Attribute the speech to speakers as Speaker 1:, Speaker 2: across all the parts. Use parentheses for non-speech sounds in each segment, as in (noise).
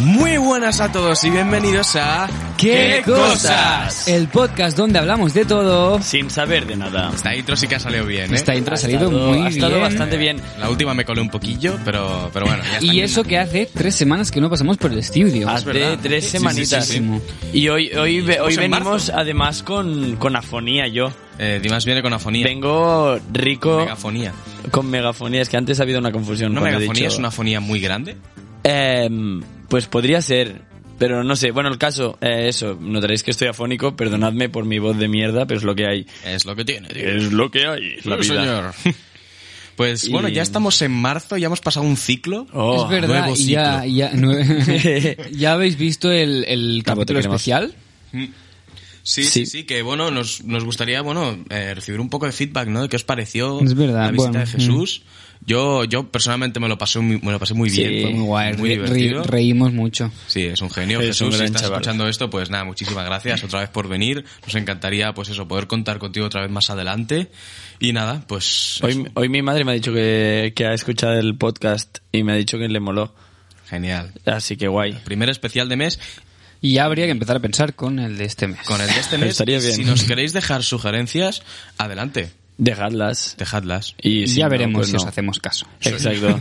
Speaker 1: Muy buenas a todos y bienvenidos a ¿Qué, cosas?
Speaker 2: El podcast donde hablamos de todo.
Speaker 3: Sin saber de nada.
Speaker 1: Esta intro sí que ha salido bien, ¿eh?
Speaker 2: Esta intro ha salido muy
Speaker 3: ha estado
Speaker 2: bien.
Speaker 3: bastante bien.
Speaker 1: La última me colé un poquillo, pero, pero bueno. ya está
Speaker 2: Y
Speaker 1: bien.
Speaker 2: eso que hace tres semanas que no pasamos por el estudio.
Speaker 3: Hace
Speaker 1: verdad.
Speaker 3: tres
Speaker 1: Sí, sí,
Speaker 3: semanitas.
Speaker 1: sí, sí.
Speaker 3: Y hoy, hoy, ve-
Speaker 1: estamos
Speaker 3: hoy
Speaker 1: en
Speaker 3: venimos
Speaker 1: marzo.
Speaker 3: además con, con afonía yo.
Speaker 1: Eh, Dimas viene con afonía.
Speaker 3: Vengo rico
Speaker 1: Megafonía.
Speaker 3: con megafonía. Es que antes ha habido una confusión.
Speaker 1: ¿No
Speaker 3: cuando he
Speaker 1: megafonía
Speaker 3: dicho-
Speaker 1: es una afonía muy grande?
Speaker 3: Em, pues podría ser, pero no sé. Bueno, el caso, eh, eso, notaréis que estoy afónico, perdonadme por mi voz de mierda, pero es lo que hay.
Speaker 1: Es lo que tiene. tío.
Speaker 3: Es lo que hay, la
Speaker 1: Sí,
Speaker 3: vida.
Speaker 1: señor. (laughs) Pues
Speaker 3: Y-
Speaker 1: bueno, ya estamos en marzo, ya hemos pasado un ciclo.
Speaker 3: Oh,
Speaker 2: es verdad,
Speaker 1: nuevo
Speaker 2: y ya,
Speaker 1: ciclo.
Speaker 2: ya, no- ya habéis visto el, el
Speaker 3: Tampoco te
Speaker 2: capítulo
Speaker 3: queremos.
Speaker 2: especial.
Speaker 1: Sí,
Speaker 3: Sí.
Speaker 1: sí, sí, que bueno, nos, nos gustaría bueno eh, recibir un poco de feedback, ¿no? De qué os pareció
Speaker 2: Es verdad,
Speaker 1: la visita
Speaker 2: bueno, mm.
Speaker 1: de Jesús. Yo, yo personalmente me lo pasé muy, me lo pasé muy bien.
Speaker 3: Sí,
Speaker 2: Fue muy guay,
Speaker 1: muy
Speaker 2: Eh, re-
Speaker 1: divertido.
Speaker 2: re- reímos mucho.
Speaker 1: Sí, es un genio.
Speaker 3: Es un
Speaker 1: Jesús, si
Speaker 3: gran
Speaker 1: estás
Speaker 3: chaval.
Speaker 1: escuchando esto, pues nada, muchísimas gracias otra vez por venir. Nos encantaría, pues eso, poder contar contigo otra vez más adelante. Y nada, pues... eso.
Speaker 3: Hoy, hoy mi madre me ha dicho que, que ha escuchado el podcast y me ha dicho que le moló.
Speaker 1: Genial.
Speaker 3: Así que guay.
Speaker 1: Primer especial de mes
Speaker 2: Y ya habría que empezar a pensar con el de este mes.
Speaker 1: con el de
Speaker 3: (laughs)
Speaker 1: este mes.
Speaker 3: Estaría bien.
Speaker 1: Si nos queréis dejar sugerencias, adelante,
Speaker 3: Dejadlas.
Speaker 1: dejadlas.
Speaker 3: Y
Speaker 2: (laughs)
Speaker 3: si
Speaker 2: ya
Speaker 3: no,
Speaker 2: veremos
Speaker 3: pues
Speaker 2: si
Speaker 3: no.
Speaker 2: os hacemos caso.
Speaker 3: Exacto.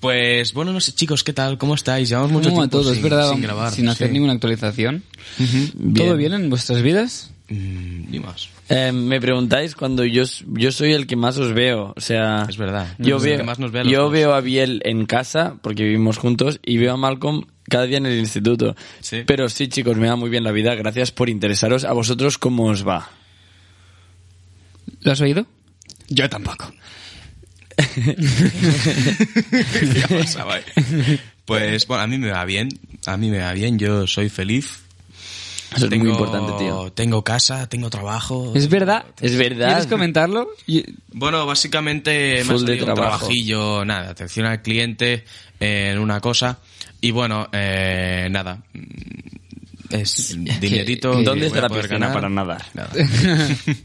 Speaker 1: Pues bueno, no sé, chicos, ¿qué tal? ¿Cómo estáis? Llevamos mucho
Speaker 2: Como
Speaker 1: tiempo
Speaker 2: a todos,
Speaker 1: sin,
Speaker 2: es verdad,
Speaker 1: sin grabar.
Speaker 2: sin hacer
Speaker 1: sí.
Speaker 2: ninguna actualización. ¿Todo bien en vuestras vidas?
Speaker 1: Mm, ni más.
Speaker 3: (laughs)
Speaker 1: (laughs)
Speaker 3: Eh, me preguntáis cuando yo, s- yo soy el que más os veo, o sea...
Speaker 1: Es verdad.
Speaker 3: Yo,
Speaker 1: Es el
Speaker 3: veo,
Speaker 1: que más nos ve a los
Speaker 3: yo
Speaker 1: dos.
Speaker 3: veo a Biel en casa, porque vivimos juntos, y veo a Malcolm cada día en el instituto.
Speaker 1: Sí.
Speaker 3: Pero sí, chicos, me da muy bien la vida. Gracias por interesaros. A vosotros, ¿cómo os va?
Speaker 2: ¿Lo has oído? Yo tampoco.
Speaker 1: Ya pasaba, eh. Pues bueno, a mí me va bien. A mí me va bien. Yo soy feliz.
Speaker 3: Eso es
Speaker 1: Tengo-
Speaker 3: muy importante, tío.
Speaker 1: Tengo casa, tengo trabajo.
Speaker 2: Es verdad.
Speaker 3: Es verdad.
Speaker 2: ¿Quieres comentarlo? Y-
Speaker 1: Bueno, básicamente me ha
Speaker 3: Full de
Speaker 1: salido un
Speaker 3: trabajo.
Speaker 1: trabajillo, nada, atención al cliente eh, en una cosa. Y bueno, eh, nada. mm,
Speaker 3: (laughs)
Speaker 1: Es dinerito.
Speaker 2: que-
Speaker 1: que
Speaker 3: ¿Dónde
Speaker 1: voy
Speaker 3: está
Speaker 1: a
Speaker 3: la
Speaker 1: poder
Speaker 3: piscina
Speaker 1: ganar.
Speaker 3: para nadar? (laughs)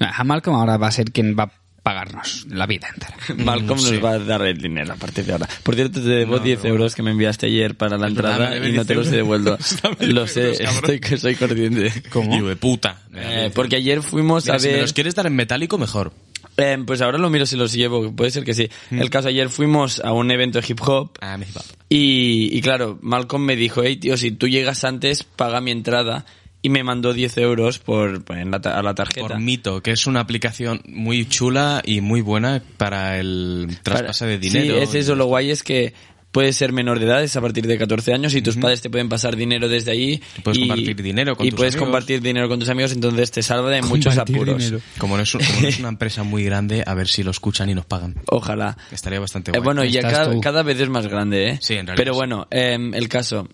Speaker 2: A ah, Malcolm ahora va a ser quien va a pagarnos la vida entera.
Speaker 3: (laughs) Malcolm
Speaker 1: sí.
Speaker 3: nos va a dar el dinero a partir de ahora. Por cierto, te debo 10 euros que me enviaste ayer para la
Speaker 1: verdad,
Speaker 3: entrada
Speaker 1: me debes
Speaker 3: y no
Speaker 1: 10
Speaker 3: te los he
Speaker 1: euros.
Speaker 3: devuelto. (laughs)
Speaker 1: Dame
Speaker 3: Lo
Speaker 1: 10
Speaker 3: sé,
Speaker 1: euros, cabrón.
Speaker 3: estoy, soy consciente.
Speaker 1: Hijo de puta.
Speaker 3: Eh, porque ayer fuimos
Speaker 1: Mira,
Speaker 3: a
Speaker 1: si
Speaker 3: ver...
Speaker 1: me los quieres dar en metálico, mejor.
Speaker 3: Eh, pues ahora lo miro si los llevo, puede ser que sí. El caso, ayer fuimos a un evento de hip hop
Speaker 1: Ah, me va.
Speaker 3: y, y claro, Malcolm me dijo, hey tío, si tú llegas antes, paga mi entrada. Y me mandó 10 euros por, por- en la ta- a la tarjeta.
Speaker 1: Por Mito, que es una aplicación muy chula y muy buena para el
Speaker 3: Para-
Speaker 1: traspase de dinero.
Speaker 3: Sí, es eso, lo guay es que puedes ser menor de edad, es a partir de 14 años y tus padres te pueden pasar dinero desde ahí.
Speaker 1: Puedes
Speaker 3: y-
Speaker 1: compartir dinero con
Speaker 3: Y
Speaker 1: tus
Speaker 3: puedes
Speaker 1: amigos.
Speaker 3: compartir dinero con tus amigos, entonces te salva de muchos
Speaker 2: Compartir
Speaker 3: apuros.
Speaker 2: dinero.
Speaker 1: Como no, es, un- como no es
Speaker 3: (laughs)
Speaker 1: una empresa muy grande, a ver si lo escuchan y nos pagan.
Speaker 3: Ojalá.
Speaker 1: Estaría bastante
Speaker 3: Eh,
Speaker 1: guay.
Speaker 3: bueno, ya
Speaker 2: Estás
Speaker 3: cada,
Speaker 2: tú.
Speaker 3: cada vez es más grande, ¿eh?
Speaker 1: Sí, en realidad
Speaker 3: Pero
Speaker 1: sí.
Speaker 3: bueno, em, el caso,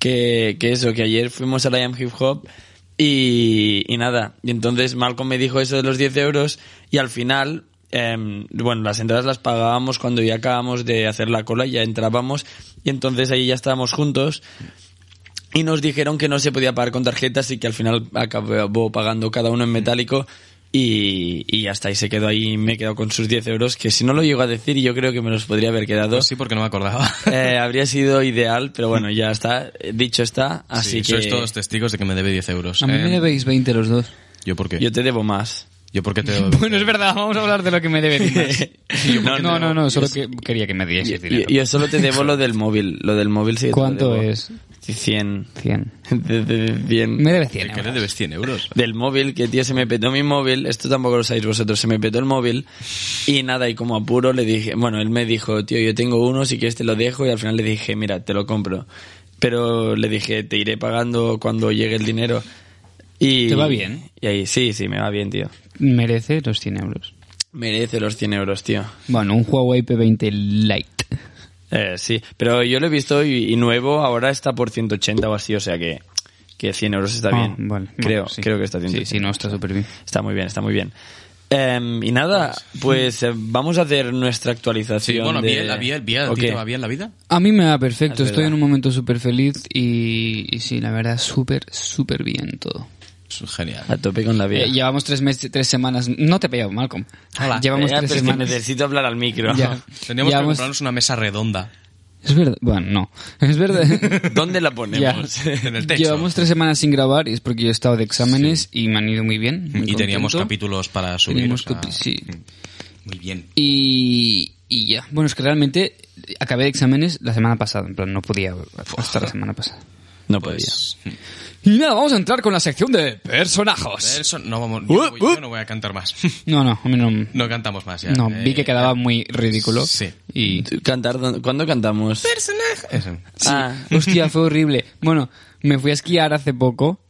Speaker 3: que, que eso, que ayer fuimos a la Am Hip Hop y, y nada, y entonces Malcolm me dijo eso de los 10 euros y al final, em, bueno, las entradas las pagábamos cuando ya acabamos de hacer la cola, ya entrábamos y entonces ahí ya estábamos juntos. Y nos dijeron que no se podía pagar con tarjetas y que al final acabó pagando cada uno en metálico y, y hasta ahí se quedó ahí me he quedado con sus 10 euros que si no lo llego a decir yo creo que me los podría haber quedado.
Speaker 1: Pues sí, porque no me acordaba.
Speaker 3: (laughs) Eh, habría sido ideal, pero bueno, ya está, eh, dicho está,
Speaker 1: Sí,
Speaker 3: así
Speaker 1: Sois
Speaker 3: que
Speaker 1: todos testigos de que me debe 10 euros.
Speaker 2: A mí me
Speaker 1: Eh,
Speaker 2: debéis 20 los dos.
Speaker 1: ¿Yo por qué?
Speaker 3: yo te debo más.
Speaker 1: ¿Yo por qué
Speaker 3: (laughs)
Speaker 1: te debo?
Speaker 2: (laughs) Bueno, es verdad, vamos a hablar de lo que me debe. Dimas. no, no, no, no, solo que quería que me
Speaker 3: Yo,
Speaker 2: dieses
Speaker 3: yo-
Speaker 2: dinero.
Speaker 3: yo solo
Speaker 1: (laughs)
Speaker 3: te debo lo del móvil, lo del móvil sí que te lo
Speaker 2: ¿Cuánto
Speaker 3: debo.
Speaker 2: es?
Speaker 3: 100.
Speaker 2: 100.
Speaker 3: (laughs) De- de- cien.
Speaker 2: Me debe 100
Speaker 1: ¿Qué le
Speaker 2: euros.
Speaker 1: debes 100
Speaker 3: (laughs)
Speaker 1: euros?
Speaker 3: del móvil, que tío, se me petó mi móvil, esto tampoco lo sabéis vosotros, se me petó el móvil y nada, y como apuro le dije, bueno, él me dijo, tío, yo tengo uno, si quieres te lo dejo y al final le dije, mira, te lo compro, pero le dije, te iré pagando cuando llegue el dinero Y,
Speaker 2: ¿Te va bien?
Speaker 3: Y ahí, sí, sí, me va bien, tío.
Speaker 2: Merece los 100 euros.
Speaker 3: Merece los 100 euros, tío.
Speaker 2: Bueno, un Huawei P20 Lite.
Speaker 3: Eh, sí, pero yo lo he visto y, y nuevo, ahora está por 180 o así, o sea que, que 100 euros está
Speaker 2: Ah,
Speaker 3: bien.
Speaker 2: vale.
Speaker 3: Creo,
Speaker 2: Bueno, sí.
Speaker 3: creo que está bien.
Speaker 2: Sí, sí, no, está súper bien.
Speaker 3: Está muy bien, está muy bien. Eh, y nada, pues eh, vamos a hacer nuestra actualización.
Speaker 1: Sí, bueno,
Speaker 3: de...
Speaker 1: bien, la vida, bien, ¿a
Speaker 3: ¿O
Speaker 1: ti
Speaker 3: qué?
Speaker 1: te va bien la vida?
Speaker 2: A mí me va perfecto,
Speaker 3: Es
Speaker 2: estoy en
Speaker 3: verdad.
Speaker 2: un momento súper feliz y, y sí, la verdad, súper, súper bien todo.
Speaker 1: Es genial.
Speaker 3: A tope con la vida.
Speaker 2: Eh, llevamos tres meses, tres semanas. No te he pillado, Malcolm. Llevamos
Speaker 3: Ya,
Speaker 2: tres
Speaker 3: pero es que
Speaker 2: semanas.
Speaker 3: necesito hablar al micro.
Speaker 2: Ya.
Speaker 1: (laughs) Teníamos que
Speaker 2: Llevamos-
Speaker 1: comprarnos una mesa redonda
Speaker 2: Es verdad. Bueno, no. (laughs) Es verdad.
Speaker 1: (laughs)
Speaker 3: ¿Dónde la ponemos?
Speaker 2: Ya.
Speaker 1: en el techo.
Speaker 2: Llevamos tres semanas sin grabar y es porque yo he estado de exámenes y me han ido muy bien. muy
Speaker 1: y teníamos
Speaker 2: contento.
Speaker 1: capítulos para subir.
Speaker 2: Teníamos
Speaker 1: o sea, mm,
Speaker 2: capi- sí.
Speaker 1: Muy bien.
Speaker 2: Y, y ya. Bueno, es que realmente acabé de exámenes la semana pasada. En plan, no podía hasta la semana pasada.
Speaker 3: No
Speaker 1: Pues,
Speaker 2: Y nada, vamos a entrar con la sección de personajes.
Speaker 1: Nelson, no vamos,
Speaker 3: Uh,
Speaker 1: yo, voy- yo
Speaker 3: uh.
Speaker 1: no voy a cantar más. (laughs)
Speaker 2: No, no, a mí no.
Speaker 1: no cantamos más ya.
Speaker 2: No,
Speaker 1: Eh,
Speaker 2: vi que quedaba muy ridículo.
Speaker 1: sí.
Speaker 2: Y
Speaker 3: Cantar, ¿dó- ¿Cuándo cantamos?
Speaker 1: (laughs) Eso.
Speaker 3: Ah,
Speaker 2: (laughs) Hostia, fue horrible. Bueno, me fui a esquiar hace poco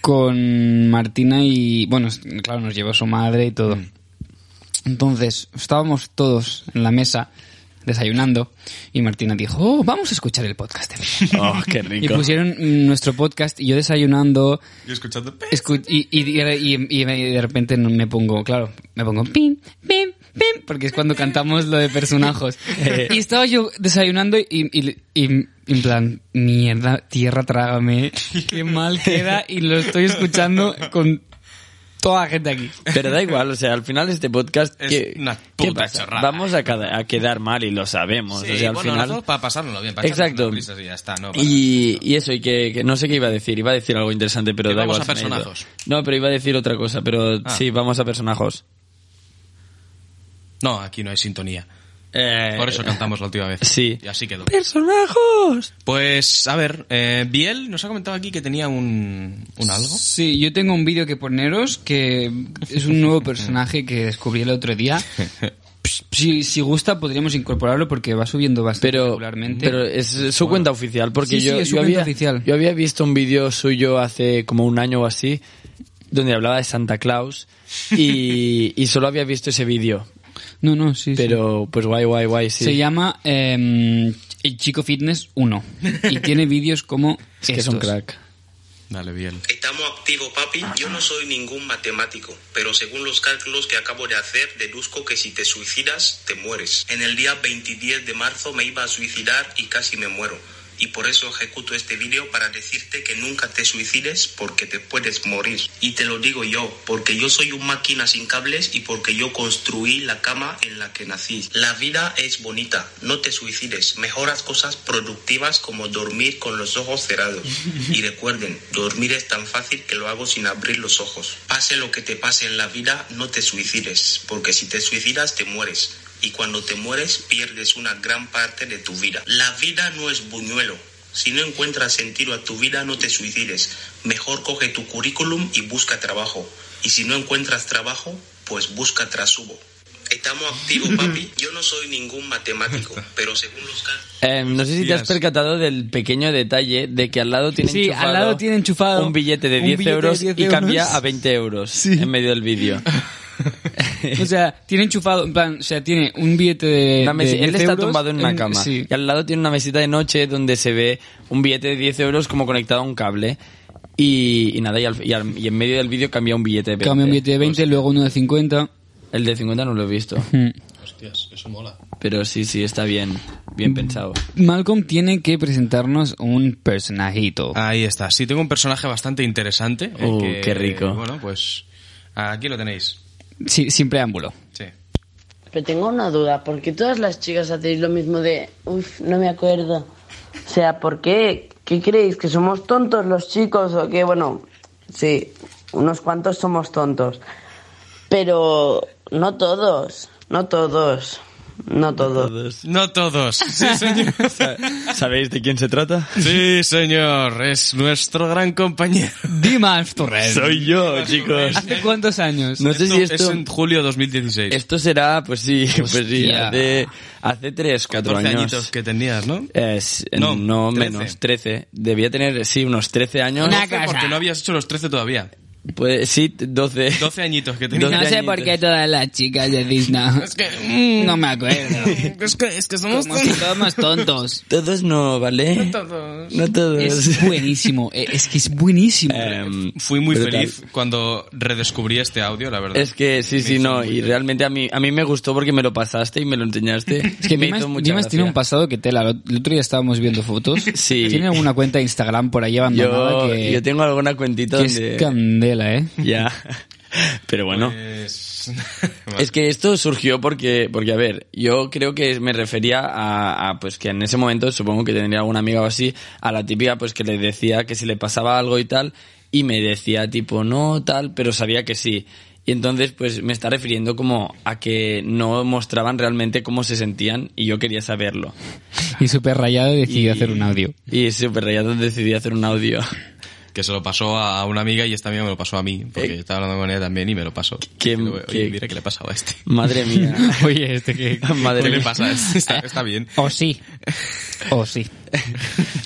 Speaker 2: con Martina y, bueno, s- claro, nos llevó su madre y todo.
Speaker 3: Mm.
Speaker 2: Entonces, estábamos todos en la mesa desayunando y Martina dijo, "Oh, vamos a escuchar el podcast. de Bea".
Speaker 3: (laughs) oh, qué
Speaker 2: y
Speaker 3: rico.
Speaker 2: pusieron mm, nuestro podcast y yo desayunando
Speaker 1: Yo escuchando.
Speaker 2: escu- y, y- y- y- y de repente no- me pongo, claro, me pongo pim, pim, pim, porque es cuando cantamos lo de
Speaker 3: (laughs)
Speaker 2: personajes. y estaba yo desayunando y, y- y- en plan, mierda, tierra trágame, qué mal queda y lo estoy escuchando con toda la gente aquí.
Speaker 3: Pero da igual, o sea, al final de este podcast...
Speaker 1: Es
Speaker 3: ¿qué,
Speaker 1: una
Speaker 3: qué
Speaker 1: puta
Speaker 3: pasa?
Speaker 1: chorrada. eh.
Speaker 3: Vamos a, cada- a quedar mal y lo sabemos. o sea, al final...
Speaker 1: para pasárnoslo bien, para
Speaker 3: Exacto.
Speaker 1: y ya está, ¿no? Para-
Speaker 3: Y, y eso, y que, que no sé qué iba a decir. Iba a decir algo interesante, pero
Speaker 1: Que
Speaker 3: da
Speaker 1: vamos
Speaker 3: igual,
Speaker 1: a
Speaker 3: se me ha ido.
Speaker 1: personajos.
Speaker 3: No, pero iba a decir otra cosa, pero
Speaker 1: Ah.
Speaker 3: sí, vamos a personajos.
Speaker 1: No, aquí no hay sintonía.
Speaker 3: Eh,
Speaker 1: Por eso cantamos la última vez.
Speaker 3: Sí.
Speaker 1: Y así quedó.
Speaker 3: ¡Personajos!
Speaker 1: Pues, a ver, eh, Biel nos ha comentado aquí que tenía un, un algo.
Speaker 2: Sí, yo tengo un vídeo que poneros que es un nuevo personaje que descubrí el otro
Speaker 3: (laughs)
Speaker 2: día. Si, si gusta podríamos incorporarlo porque va subiendo bastante
Speaker 3: Pero,
Speaker 2: regularmente.
Speaker 3: pero es su cuenta oficial, porque
Speaker 2: Sí, sí,
Speaker 3: yo,
Speaker 2: es su
Speaker 3: yo
Speaker 2: cuenta
Speaker 3: había,
Speaker 2: oficial.
Speaker 3: yo había visto un vídeo suyo hace como un año o así, donde hablaba de Santa Claus,
Speaker 2: (laughs)
Speaker 3: y, y solo había visto ese vídeo.
Speaker 2: No, no, sí. sí.
Speaker 3: Pero, pues guay, guay, guay, sí.
Speaker 2: Se llama eh, El Chico Fitness 1
Speaker 3: (laughs)
Speaker 2: y tiene vídeos como
Speaker 3: es que es un
Speaker 2: estos.
Speaker 3: crack.
Speaker 1: Dale, Biel.
Speaker 4: Estamos activos, papi. Yo no soy ningún matemático, pero según los cálculos que acabo de hacer, deduzco que si te suicidas, te mueres. En el día 20 de marzo me iba a suicidar y casi me muero. Y por eso ejecuto este vídeo para decirte que nunca te suicides porque te puedes morir. Y te lo digo yo, porque yo soy un máquina sin cables y porque yo construí la cama en la que nací. La vida es bonita, no te suicides. Mejoras cosas productivas como dormir con los ojos cerrados. Y recuerden, dormir es tan fácil que lo hago sin abrir los ojos. Pase lo que te pase en la vida, no te suicides, porque si te suicidas te mueres. Y cuando te mueres pierdes una gran parte de tu vida. La vida no es buñuelo. Si no encuentras sentido a tu vida, no te suicides. Mejor coge tu currículum y busca trabajo. Y si no encuentras trabajo, pues busca trasubo. Estamos activos, papi. Yo no soy ningún matemático, pero según los cálculos...
Speaker 3: Eh, no sé si te has
Speaker 1: Hostias.
Speaker 3: percatado del pequeño detalle de que al lado tiene,
Speaker 2: Sí,
Speaker 3: enchufado
Speaker 2: al lado tiene enchufado
Speaker 3: un billete de
Speaker 2: un
Speaker 3: 10
Speaker 2: billete de
Speaker 3: euros
Speaker 2: 10
Speaker 3: y cambia
Speaker 2: euros.
Speaker 3: a 20 euros
Speaker 2: Sí.
Speaker 3: en medio del vídeo.
Speaker 2: (laughs) O sea, tiene enchufado, en plan, o sea, tiene un billete de.
Speaker 3: Una
Speaker 2: de
Speaker 3: mesi-
Speaker 2: 10
Speaker 3: Eh, él está
Speaker 2: euros
Speaker 3: tumbado en una cama
Speaker 2: sí.
Speaker 3: y al lado tiene una mesita de noche donde se ve un billete de 10 euros como conectado a un cable y, y nada, y, al- y al- y en medio del vídeo cambia un billete de 20.
Speaker 2: Cambia un billete de 20, luego uno de Hmm. 50.
Speaker 3: El de 50 no lo he visto,
Speaker 1: Hostias, eso mola.
Speaker 3: pero sí, sí, está bien,
Speaker 2: (laughs)
Speaker 3: bien pensado.
Speaker 2: Malcolm tiene que presentarnos un personajito.
Speaker 3: Ah.
Speaker 1: Ahí está. Sí, tengo un personaje bastante interesante. eh,
Speaker 3: Uh,
Speaker 1: que-
Speaker 3: qué rico.
Speaker 1: Bueno, pues aquí lo tenéis.
Speaker 2: Sí, sin preámbulo.
Speaker 1: Sí.
Speaker 5: Pero tengo una duda, ¿por qué todas las chicas hacéis lo mismo de, uff, no me acuerdo? O sea, ¿por qué? ¿Qué creéis? ¿Que somos tontos los chicos o qué? Bueno, sí, unos cuantos somos tontos. Pero no todos, no todos, no todos.
Speaker 1: No todos. Sí,
Speaker 3: (laughs)
Speaker 1: señor.
Speaker 3: ¿Sabéis de quién
Speaker 2: (laughs)
Speaker 3: se trata?
Speaker 1: sí, señor. Es nuestro gran compañero.
Speaker 2: Dimas Torres.
Speaker 3: Soy yo, chicos.
Speaker 2: ¿Hace cuántos años?
Speaker 3: No sé si
Speaker 1: es
Speaker 3: esto-
Speaker 1: en julio 2016.
Speaker 3: Esto será, pues sí, (laughs) pues sí,
Speaker 2: Hostia.
Speaker 3: hace, hace 3, 4
Speaker 1: 14
Speaker 3: años.
Speaker 1: añitos que tenías, ¿no?
Speaker 3: Es-
Speaker 1: No,
Speaker 3: no,
Speaker 1: 13.
Speaker 3: menos 13. Debía tener, sí, unos 13 años.
Speaker 2: Una
Speaker 1: Porque
Speaker 2: casa.
Speaker 1: no habías hecho los 13 todavía.
Speaker 3: Pues sí, 12.
Speaker 1: 12 añitos que
Speaker 3: Dos
Speaker 1: tenía.
Speaker 2: No sé
Speaker 3: añitos.
Speaker 2: por qué todas las chicas decís
Speaker 3: (laughs)
Speaker 2: no.
Speaker 1: Es que, mm,
Speaker 2: No me acuerdo.
Speaker 1: es que, es que somos
Speaker 2: Como si somos tontos.
Speaker 3: Todos no, ¿vale?
Speaker 1: tontos.
Speaker 3: No todos.
Speaker 2: Es buenísimo. eh, Es que es buenísimo.
Speaker 3: (laughs) Em,
Speaker 1: Fui muy
Speaker 3: brutal.
Speaker 1: feliz cuando redescubrí este audio, la verdad.
Speaker 3: Es que sí, sí, no, y realmente a mí, a mí me gustó porque me lo pasaste y me lo enseñaste.
Speaker 2: Es que
Speaker 3: me
Speaker 2: Dimas,
Speaker 3: hizo mucha
Speaker 2: Dimas tiene un
Speaker 3: gracia.
Speaker 2: pasado que tela. Lo- El otro día estábamos viendo fotos.
Speaker 3: (laughs) Sí.
Speaker 2: Tiene alguna cuenta de Instagram por ahí abandonada
Speaker 3: yo,
Speaker 2: que,
Speaker 3: yo tengo alguna cuentita
Speaker 2: que es
Speaker 3: donde...
Speaker 2: candela, ¿eh?
Speaker 3: (laughs) Ya. Pero bueno. (laughs)
Speaker 1: Es-
Speaker 3: Es que esto surgió porque, porque a ver, yo creo que me refería a, a, pues que en ese momento supongo que tendría alguna amiga o así, a la típica pues que le decía que si le pasaba algo y tal, y me decía tipo no, tal, pero sabía que sí. Y entonces pues me está refiriendo como a que no mostraban realmente cómo se sentían y yo quería saberlo.
Speaker 2: Y súper rayado decidió
Speaker 3: Y-
Speaker 2: hacer un
Speaker 3: (laughs)
Speaker 2: audio.
Speaker 3: Y súper rayado decidí hacer un audio. (laughs)
Speaker 1: que se lo pasó a una amiga y esta amiga me lo pasó a mí, porque
Speaker 3: Eh,
Speaker 1: estaba hablando con ella también y me lo pasó.
Speaker 3: ¿Qué-
Speaker 1: Y luego, Oye,
Speaker 3: qué-
Speaker 1: mira que le pasaba a este.
Speaker 3: Madre mía.
Speaker 1: (laughs)
Speaker 2: Oye, este
Speaker 3: (laughs)
Speaker 2: que...
Speaker 3: Madre
Speaker 1: ¿Qué le
Speaker 3: mía.
Speaker 1: pasa? este?
Speaker 3: (laughs)
Speaker 1: Está, está bien.
Speaker 2: O sí. O sí.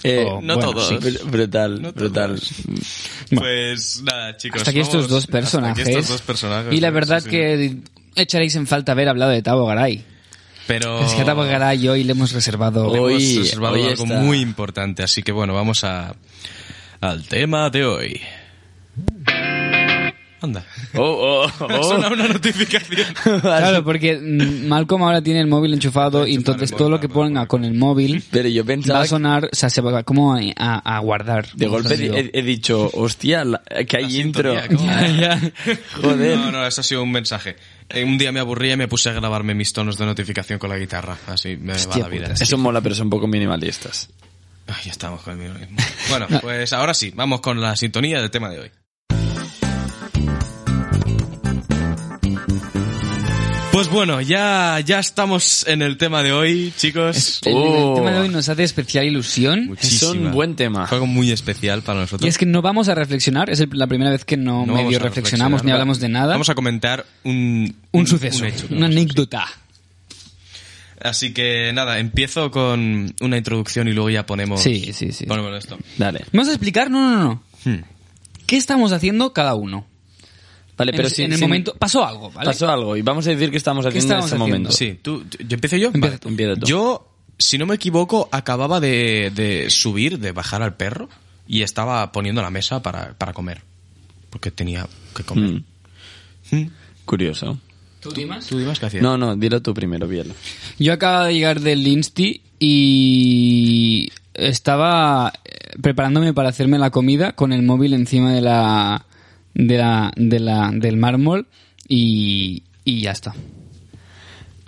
Speaker 3: Eh,
Speaker 2: O,
Speaker 1: no todos.
Speaker 2: sí.
Speaker 3: br- Brutal,
Speaker 1: No todos.
Speaker 3: brutal.
Speaker 1: Pues nada, chicos.
Speaker 2: Hasta aquí
Speaker 1: vamos-
Speaker 2: estos dos
Speaker 1: hasta aquí
Speaker 2: personajes.
Speaker 1: estos dos personajes.
Speaker 2: Y la
Speaker 1: Sí,
Speaker 2: verdad
Speaker 1: sí.
Speaker 2: que echaréis en falta haber hablado de Tabo Garay.
Speaker 1: Pero...
Speaker 2: Es que a Tabo Garay hoy le hemos reservado...
Speaker 3: Hoy-
Speaker 1: Hemos reservado
Speaker 3: hoy
Speaker 1: algo
Speaker 3: está.
Speaker 1: muy importante, así que bueno, vamos a al tema de hoy. Anda. (laughs)
Speaker 3: Oh, oh,
Speaker 1: Ha
Speaker 3: oh.
Speaker 1: sonado una notificación.
Speaker 2: Claro, porque mm, Malcolm ahora tiene el móvil enchufado y entonces todo lo que ponga con el móvil
Speaker 3: Pero yo
Speaker 2: va
Speaker 3: pensaba
Speaker 2: a sonar, o sea, se va como a, a- a guardar.
Speaker 3: De golpe
Speaker 2: Entonces, (laughs) digo,
Speaker 3: he, he dicho, hostia, la- que hay intro.
Speaker 1: sintonía, ¿cómo?
Speaker 3: Ya, ya. (laughs) Joder.
Speaker 1: No, no, eso ha sido un mensaje. Eh, Un día me aburría y me puse a grabarme mis tonos de notificación con la guitarra. Así me va la vida.
Speaker 3: Eso mola, pero son un poco minimalistas.
Speaker 1: Ay, Ah, ya estamos con el mismo.
Speaker 2: (laughs)
Speaker 1: Bueno, pues ahora sí, vamos con la sintonía del tema de hoy. Pues bueno, ya, ya estamos en el tema de hoy, chicos.
Speaker 2: el, el
Speaker 3: Oh.
Speaker 2: tema de hoy nos hace especial ilusión.
Speaker 1: Muchísima.
Speaker 3: Es un buen tema.
Speaker 1: Fue algo muy especial para nosotros.
Speaker 2: Y es que no vamos a reflexionar, es el- la primera vez que no,
Speaker 1: No vamos
Speaker 2: medio
Speaker 1: a
Speaker 2: reflexionamos ni
Speaker 1: reflexionar.
Speaker 2: hablamos de nada.
Speaker 1: Vamos a comentar un,
Speaker 2: un suceso,
Speaker 1: un hecho.
Speaker 2: una anécdota.
Speaker 1: Así que nada, empiezo con una introducción y luego ya ponemos,
Speaker 2: Sí, sí, sí.
Speaker 1: ponemos esto.
Speaker 3: Dale.
Speaker 2: ¿Vamos a explicar? No, no, no.
Speaker 1: Hmm.
Speaker 2: ¿Qué estamos haciendo cada uno?
Speaker 3: Vale, pero
Speaker 2: en,
Speaker 3: si
Speaker 2: en el momento pasó algo, ¿vale?
Speaker 3: Pasó algo y vamos a decir que estamos haciendo
Speaker 2: estábamos
Speaker 3: en este
Speaker 2: haciendo?
Speaker 3: momento.
Speaker 1: Sí, ¿tú, tú- ¿yo empiezo yo?
Speaker 2: Empieza
Speaker 3: tú. Empieza tú.
Speaker 1: Yo, si no me equivoco, acababa de, de subir, de bajar al perro y estaba poniendo la mesa para, para comer. Porque tenía que comer.
Speaker 3: Mm, curioso.
Speaker 2: ¿Tú, Dimas?
Speaker 1: ¿Tú Dimas, qué hacías?
Speaker 3: Mm. No, no, dilo tú primero, bien.
Speaker 2: Yo acababa de llegar del Insti y estaba eh, preparándome para hacerme la comida con el móvil encima de la, de la, de la- del mármol y, y ya está.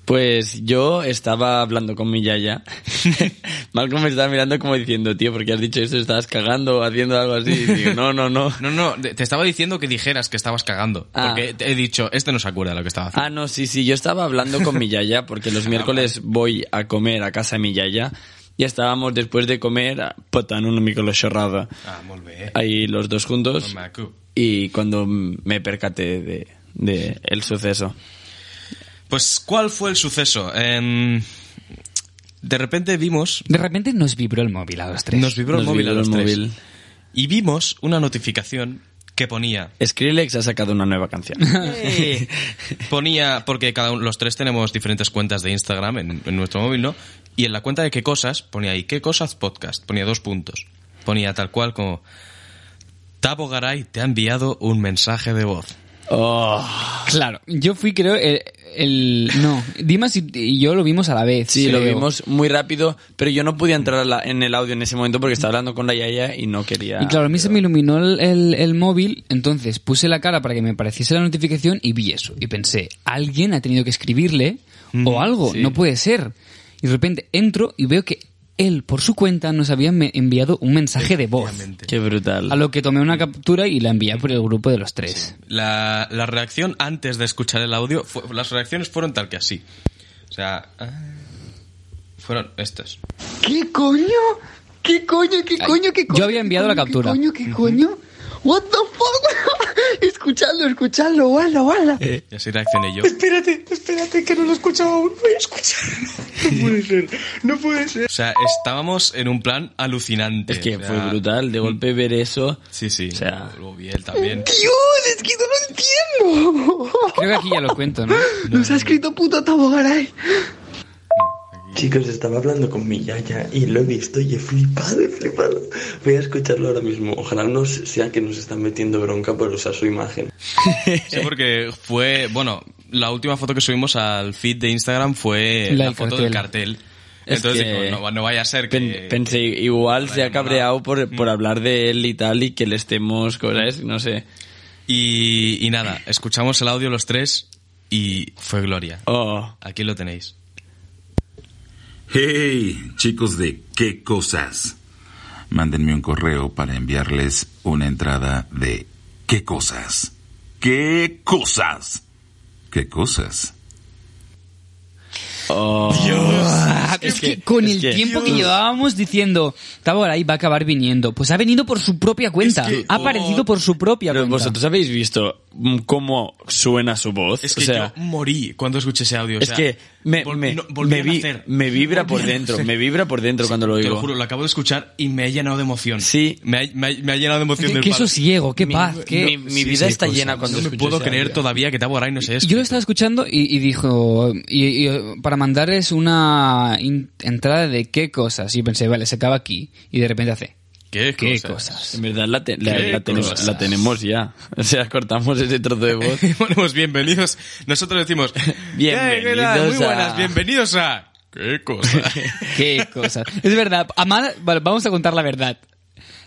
Speaker 3: Pues yo estaba hablando con mi yaya. (laughs) Malcolm me estaba mirando como diciendo, tío, porque has dicho esto, estabas cagando o haciendo algo así. Y digo, no, no, no.
Speaker 1: No, no, de- te estaba diciendo que dijeras que estabas cagando.
Speaker 3: Ah.
Speaker 1: Porque te he dicho, este no se acuerda de lo que estaba haciendo.
Speaker 3: Ah, no, sí, sí, yo estaba hablando con mi yaya porque los miércoles voy a comer a casa de mi yaya y estábamos después de comer potan una microchorrada
Speaker 1: Ah, molt bé.
Speaker 3: ahí los dos juntos
Speaker 1: Molt maco.
Speaker 3: y cuando me percaté de, de el suceso.
Speaker 1: Pues, ¿cuál fue el suceso? Em, de repente vimos
Speaker 2: De repente nos vibró el móvil a los tres.
Speaker 1: Nos vibró el
Speaker 3: Nos
Speaker 1: móvil
Speaker 3: vibró
Speaker 1: a los
Speaker 3: el
Speaker 1: tres.
Speaker 3: móvil.
Speaker 1: Y vimos una notificación que ponía.
Speaker 3: Skrillex ha sacado una
Speaker 1: (laughs)
Speaker 3: nueva canción.
Speaker 1: Ponía, porque cada uno, los tres tenemos diferentes cuentas de Instagram en, en nuestro móvil, ¿no? Y en la cuenta de qué cosas, ponía ahí, qué cosas podcast, ponía dos puntos. Ponía tal cual como, Tabo Garay te ha enviado un mensaje de voz.
Speaker 3: Oh,
Speaker 2: Claro, yo fui creo el... el- no, Dimas y, y yo lo vimos a la vez.
Speaker 3: sí, lo
Speaker 2: creo.
Speaker 3: vimos muy rápido, pero yo no podía entrar a la- en el audio en ese momento porque estaba hablando con la yaya y no quería...
Speaker 2: Y claro, a mí se me iluminó el, el- el móvil, entonces puse la cara para que me apareciese la notificación y vi eso. Y pensé, alguien ha tenido que escribirle o algo, no puede ser. Y de repente entro y veo que él, por su cuenta, nos había me- enviado un mensaje de voz.
Speaker 3: Qué brutal.
Speaker 2: A lo que tomé una captura y la envié por el grupo de los tres.
Speaker 1: La, la reacción antes de escuchar el audio, fue- las reacciones fueron tal que así. O sea, ah, fueron estas.
Speaker 6: ¿Qué coño? ¿Qué coño? ¿Qué
Speaker 2: Ay,
Speaker 6: coño? ¿Qué
Speaker 2: yo
Speaker 6: coño?
Speaker 2: había
Speaker 6: ¿Qué
Speaker 2: enviado
Speaker 6: coño?
Speaker 2: la captura.
Speaker 6: ¿Qué coño? ¿Qué coño?
Speaker 5: What the fuck?
Speaker 6: (laughs)
Speaker 5: escuchadlo, escuchadlo, guarda, guarda.
Speaker 1: (laughs) Y así reaccioné yo.
Speaker 6: Espérate, espérate, que no lo he escuchado aún. Voy a escucharlo. No puede ser, no puede ser.
Speaker 1: O sea, estábamos en un plan alucinante.
Speaker 3: Es que
Speaker 1: O sea,
Speaker 3: fue brutal
Speaker 1: Mm.
Speaker 3: de golpe ver eso.
Speaker 1: Sí, sí.
Speaker 3: O sea-
Speaker 1: Luego vi
Speaker 6: (laughs)
Speaker 1: él también.
Speaker 6: Dios, es que no lo entiendo.
Speaker 2: Creo que aquí ya lo cuento, (laughs) ¿no?
Speaker 6: Nos ha escrito puto Tabogaray.
Speaker 7: Chicos, estaba hablando con mi yaya y lo he visto y he flipado, he flipado. Voy a escucharlo ahora mismo. Ojalá no sea que nos están metiendo bronca por usar su imagen.
Speaker 1: Sí, porque fue, bueno, la última foto que subimos al feed de Instagram fue
Speaker 2: La
Speaker 1: la,
Speaker 2: del
Speaker 1: foto del cartel.
Speaker 3: Es
Speaker 1: Entonces
Speaker 3: que-
Speaker 1: digo, no, va- no vaya a ser que...
Speaker 3: Pen- pensé, igual se ha cabreado por, por hablar de él y tal, y que le estemos cosas, no sé.
Speaker 1: Y, y nada, escuchamos el audio los tres y fue gloria.
Speaker 3: Oh.
Speaker 1: Aquí lo tenéis.
Speaker 8: Hey, chicos de qué cosas. Mándenme un correo para enviarles una entrada de qué cosas. ¿Qué cosas? ¿Qué cosas?
Speaker 2: Ah, Es que con
Speaker 3: es
Speaker 2: el
Speaker 3: que-
Speaker 2: tiempo que llevábamos diciendo, Tabogaray va a acabar viniendo, pues ha venido por su propia cuenta. ha aparecido por su propia
Speaker 3: Pero
Speaker 2: cuenta.
Speaker 3: vosotros habéis visto mm, cómo suena su voz.
Speaker 1: Es
Speaker 3: o
Speaker 1: que
Speaker 3: sea,
Speaker 1: yo morí cuando escuché ese audio. o
Speaker 3: es
Speaker 1: sea,
Speaker 3: que me,
Speaker 1: vol-
Speaker 3: me-
Speaker 1: no, volví
Speaker 3: me
Speaker 1: a
Speaker 3: vi-
Speaker 1: nacer.
Speaker 3: me vibra por
Speaker 1: Volví a
Speaker 3: dentro,
Speaker 1: nacer.
Speaker 3: me vibra por dentro cuando lo
Speaker 1: Te
Speaker 3: oigo.
Speaker 1: lo juro, lo acabo de escuchar y me ha llenado de emoción.
Speaker 3: Sí.
Speaker 1: Me ha, me ha- me ha llenado de emoción.
Speaker 2: Qué,
Speaker 1: del
Speaker 2: qué
Speaker 1: palo.
Speaker 2: sosiego, qué
Speaker 3: Mi-
Speaker 2: paz, qué...
Speaker 3: mi- mi vida está llena cuando
Speaker 1: No me
Speaker 3: escucho
Speaker 1: puedo
Speaker 3: ese
Speaker 1: creer
Speaker 3: audio.
Speaker 1: todavía que Taboray no sé esto.
Speaker 2: Yo lo estaba escuchando y, y dijo, y, y para mandarles una in- entrada de qué cosas. Y pensé, vale, se acaba aquí. Y de repente hace,
Speaker 1: ¿Qué,
Speaker 2: qué
Speaker 1: cosas?
Speaker 2: cosas.
Speaker 3: En verdad la, te- la-
Speaker 1: Qué
Speaker 3: la tenemos,
Speaker 1: cosas.
Speaker 3: la tenemos ya. (laughs) O sea, cortamos ese trozo
Speaker 1: (laughs)
Speaker 3: de voz.
Speaker 1: (laughs) Bueno, pues bienvenidos. Nosotros decimos...
Speaker 3: Bienvenidos
Speaker 1: "Eh, ¿qué tal? Muy
Speaker 3: a-
Speaker 1: buenas, bienvenidos a... ¿Qué cosas?
Speaker 2: Qué cosas. (laughs) Es verdad, Amada, vale, vamos a contar la verdad.